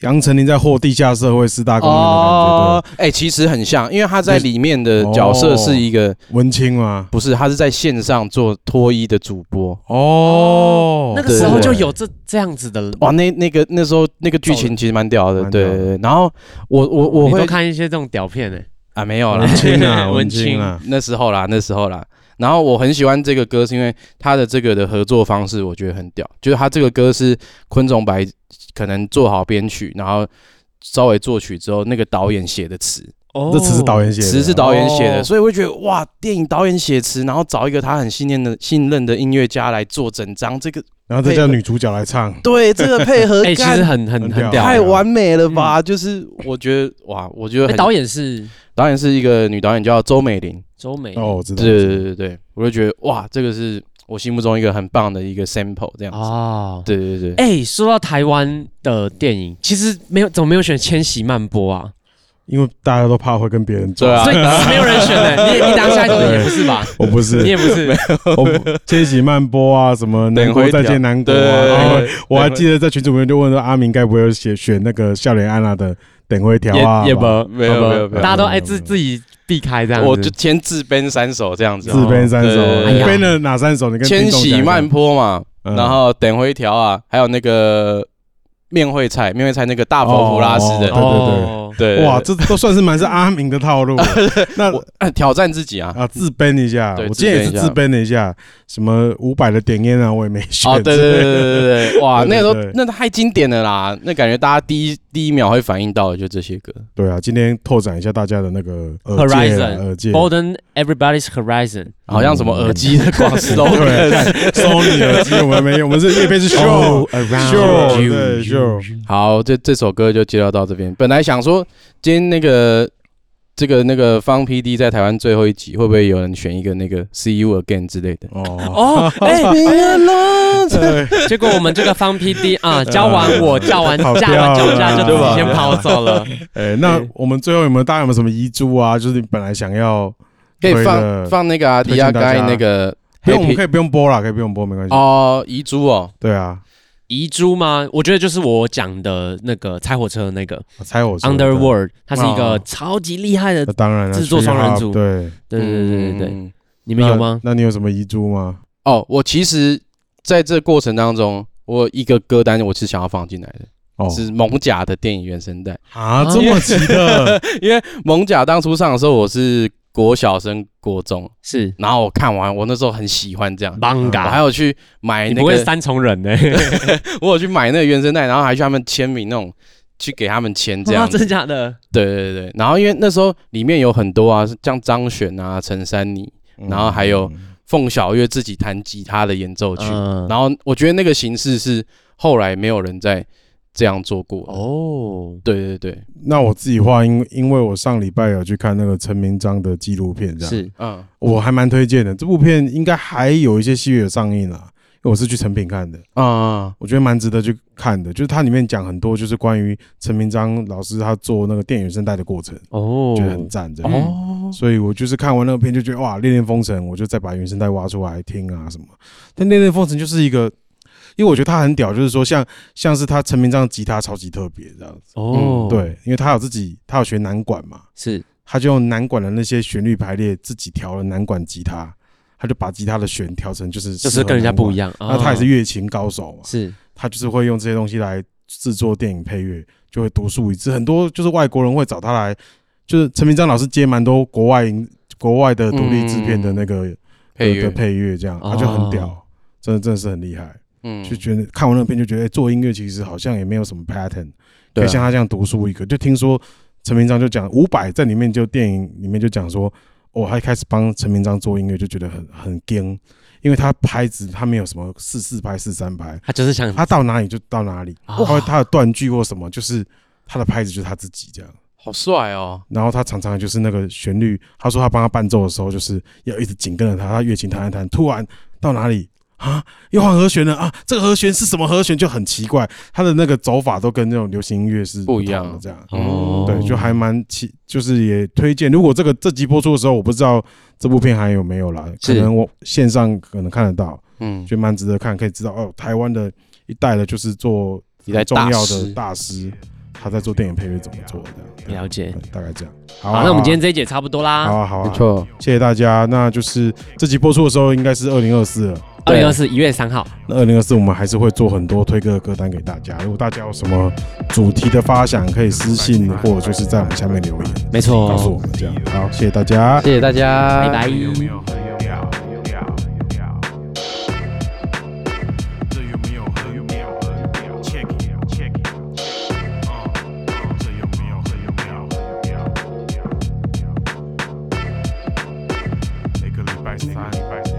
杨丞琳在霍地下社会师大公园的感哦，哎、其实很像，因为他在里面的哦角色是一个，觉，对，文青嘛。不是，他是在线上做脱衣的主播。哦，那个时候就有这这样子的哇，那那个那时候那个剧情其实蛮屌的，哦蛮屌对的对对。然后我我我你会都看一些这种屌片哎，啊，没有啦文，青啊，文文青青啊， 那时候啦，那时候啦。然后我很喜欢这个歌，是因为他的这个的合作方式，我觉得很屌。就是他这个歌是昆虫白可能做好编曲，然后稍微作曲之后，那个导演写的词，哦这词是导演写的，词是导演写的，哦所以我会觉得哇，电影导演写词，然后找一个他很信任的信任的音乐家来做整张，这个然后再叫女主角来唱，对这个配合哎，其实感很很很很屌屌啊欸。太完美了吧？就是我觉得哇，我觉得哎很导演是导演是一个女导演叫周美玲，周美，哦，我知道，对对对对对，我就觉得哇，这个是我心目中一个很棒的一个 sample 这样子。哦，对对对，哎，说到台湾的电影，其实没有怎么没有选《千禧慢播》啊？因为大家都怕会跟别人对撞，啊所以，没有人选的，你也你当下一个也不是吧？我不 你是，也不是，我 不千禧慢播啊，什么南国再见南国啊，等会 我还记得在群主里面就问说阿明该不会有写选那个笑脸安娜的等会条啊，吧没有没有没大家有，都哎自自己避开这样子。我就先自编三首这样子。自编三首，哦对哎你呀编了哪三首？你跟听千众讲一禧下慢，坡嘛，嗯然后等回条啊，还有那个面会菜，面会菜那个大佛普拉斯的，对哦哦，对对哇，这都算是蛮是阿明的套 路。那我挑战自己啊，啊，自编一下，对我今天也是自编一下自编了一下，什么五百的点烟啊，我也没选。哦，对对对对对对对，哇，对对那个对都那太经典了啦，那感觉大家第一第一秒会反应到的就这些歌， 对啊，今天拓展一下大家的那个耳界啦 Horizon 耳界 Bolden Everybody's Horizon，好像什么耳机的广式都 对看，Sony 耳机我们没有，我们是叶片是 Show Show 对 Show，好，这这首歌就介绍到这边。本来想说今天那个这个那个方 PD 在台湾最后一集，会不会有人选一个那个 See You Again 之类的？ 哦，哦，哎，对结果我们这个方 PD 啊，教完我，叫完跑架掉完了叫架就对直吧接跑走了。哎，那我们最后有没有大家有没有什么遗珠啊？就是你本来想要可以推的放放那个啊，迪推亚荐大家盖那个不用，我 Happy- 们可以不用播啦，可以不用播，没关系。哦，遗珠哦，对啊，遗珠吗？我觉得就是我讲的那个拆火车的那个我啊猜我说的 Underworld，它是一个哦超级厉害的那，当然了，制作双人组 Treehub，对，对对对对对，嗯你你们有吗？那你有什么遗珠吗？哦，我其实在这过程当中，我有一个歌单我是想要放进来的，哦是蒙甲的电影原声带，啊，这么急啊 的，因为蒙甲当初上的时候我是国小升国中，是哦然后我看完，我那时候很喜欢这样。嗯我还 Manga，有去买你那不会是个，三重人 呢？我有去买那个原声带，然后还去他们签名那种，去给他们签这哇样子哦真。的假的？对对对对，然后因为那时候里面有很多啊，像张悬啊、陈珊妮、嗯然后还有嗯凤小岳自己弹吉他的演奏曲，嗯然后我觉得那个形式是后来没有人再这样做过的。哦，对对对，那我自己画，因因为我上礼拜有去看那个陈明章的纪录片，这样，是嗯，我还蛮推荐的。这部片应该还有一些戏院有上映啊，因为我是去成品看的，啊、我觉得蛮值得去看的。就是它里面讲很多，就是关于陈明章老师他做那个电影声带的过程，哦觉得很赞这样。哦，所以我就是看完那个片就觉得哇，《恋恋风尘》，我就再把原声带挖出来听啊什么。但《恋恋风尘》就是一个，因为我觉得他很屌，就是说像像是他陈明章的吉他超级特别这样子，哦，，对，因为他有自己他有学南管嘛，是他就用南管的那些旋律排列自己调了南管吉他，他就把吉他的弦调成就是就是跟人家不一样。样。那那他也是乐琴高手嘛，是他就是会用这些东西来制作电影配乐，就会独树一帜。很多就是外国人会找他来，就是陈明章老师接蛮多国外影国外的独立制片的那个、嗯配的乐的，配乐，这样哦他就很屌，真的真的是很厉害。嗯就觉得看完那片就觉得、哎做音乐其实好像也没有什么 pattern，可对啊以像他这样独树一格。就听说陈明章就讲伍佰在里面就电影里面就讲说，哦，他一开始帮陈明章做音乐就觉得很很惊，因为他拍子他没有什么四四拍四三拍。他就是想他到哪里就到哪里，啊他会他的断句或什么，就是他的拍子就是他自己这样。好帅哦，然后他常常就是那个旋律，他说他帮他伴奏的时候，就是要一直紧跟着他，他乐琴弹一弹，突然到哪里啊，又换和弦了啊，这个和弦是什么和弦就很奇怪，它的那个走法都跟那种流行音乐是不一同样的，这样。哦对，就还蛮奇，就是也推荐。如果这个这集播出的时候，我不知道这部片还有没有啦，可是能我线上可能看得到，嗯，就蛮值得看，可以知道哦，台湾的一代的就是做一代重大要师的大师，他在做电影配乐怎么做的，对了解。对大概这样。好啊，好，那我们今天天这一节差不多好啦。啊好没啊，错，谢谢大家。那就是这集播出的时候应该是二零二四了。二对零二四一月三号，那二零二四我们还是会做很多推歌的歌单给大家。如果大家有什么主题的发想，可以私信或者就是在我们下面留言没错告诉我们这样。好，谢谢大家。谢谢大家，拜拜。 Bye.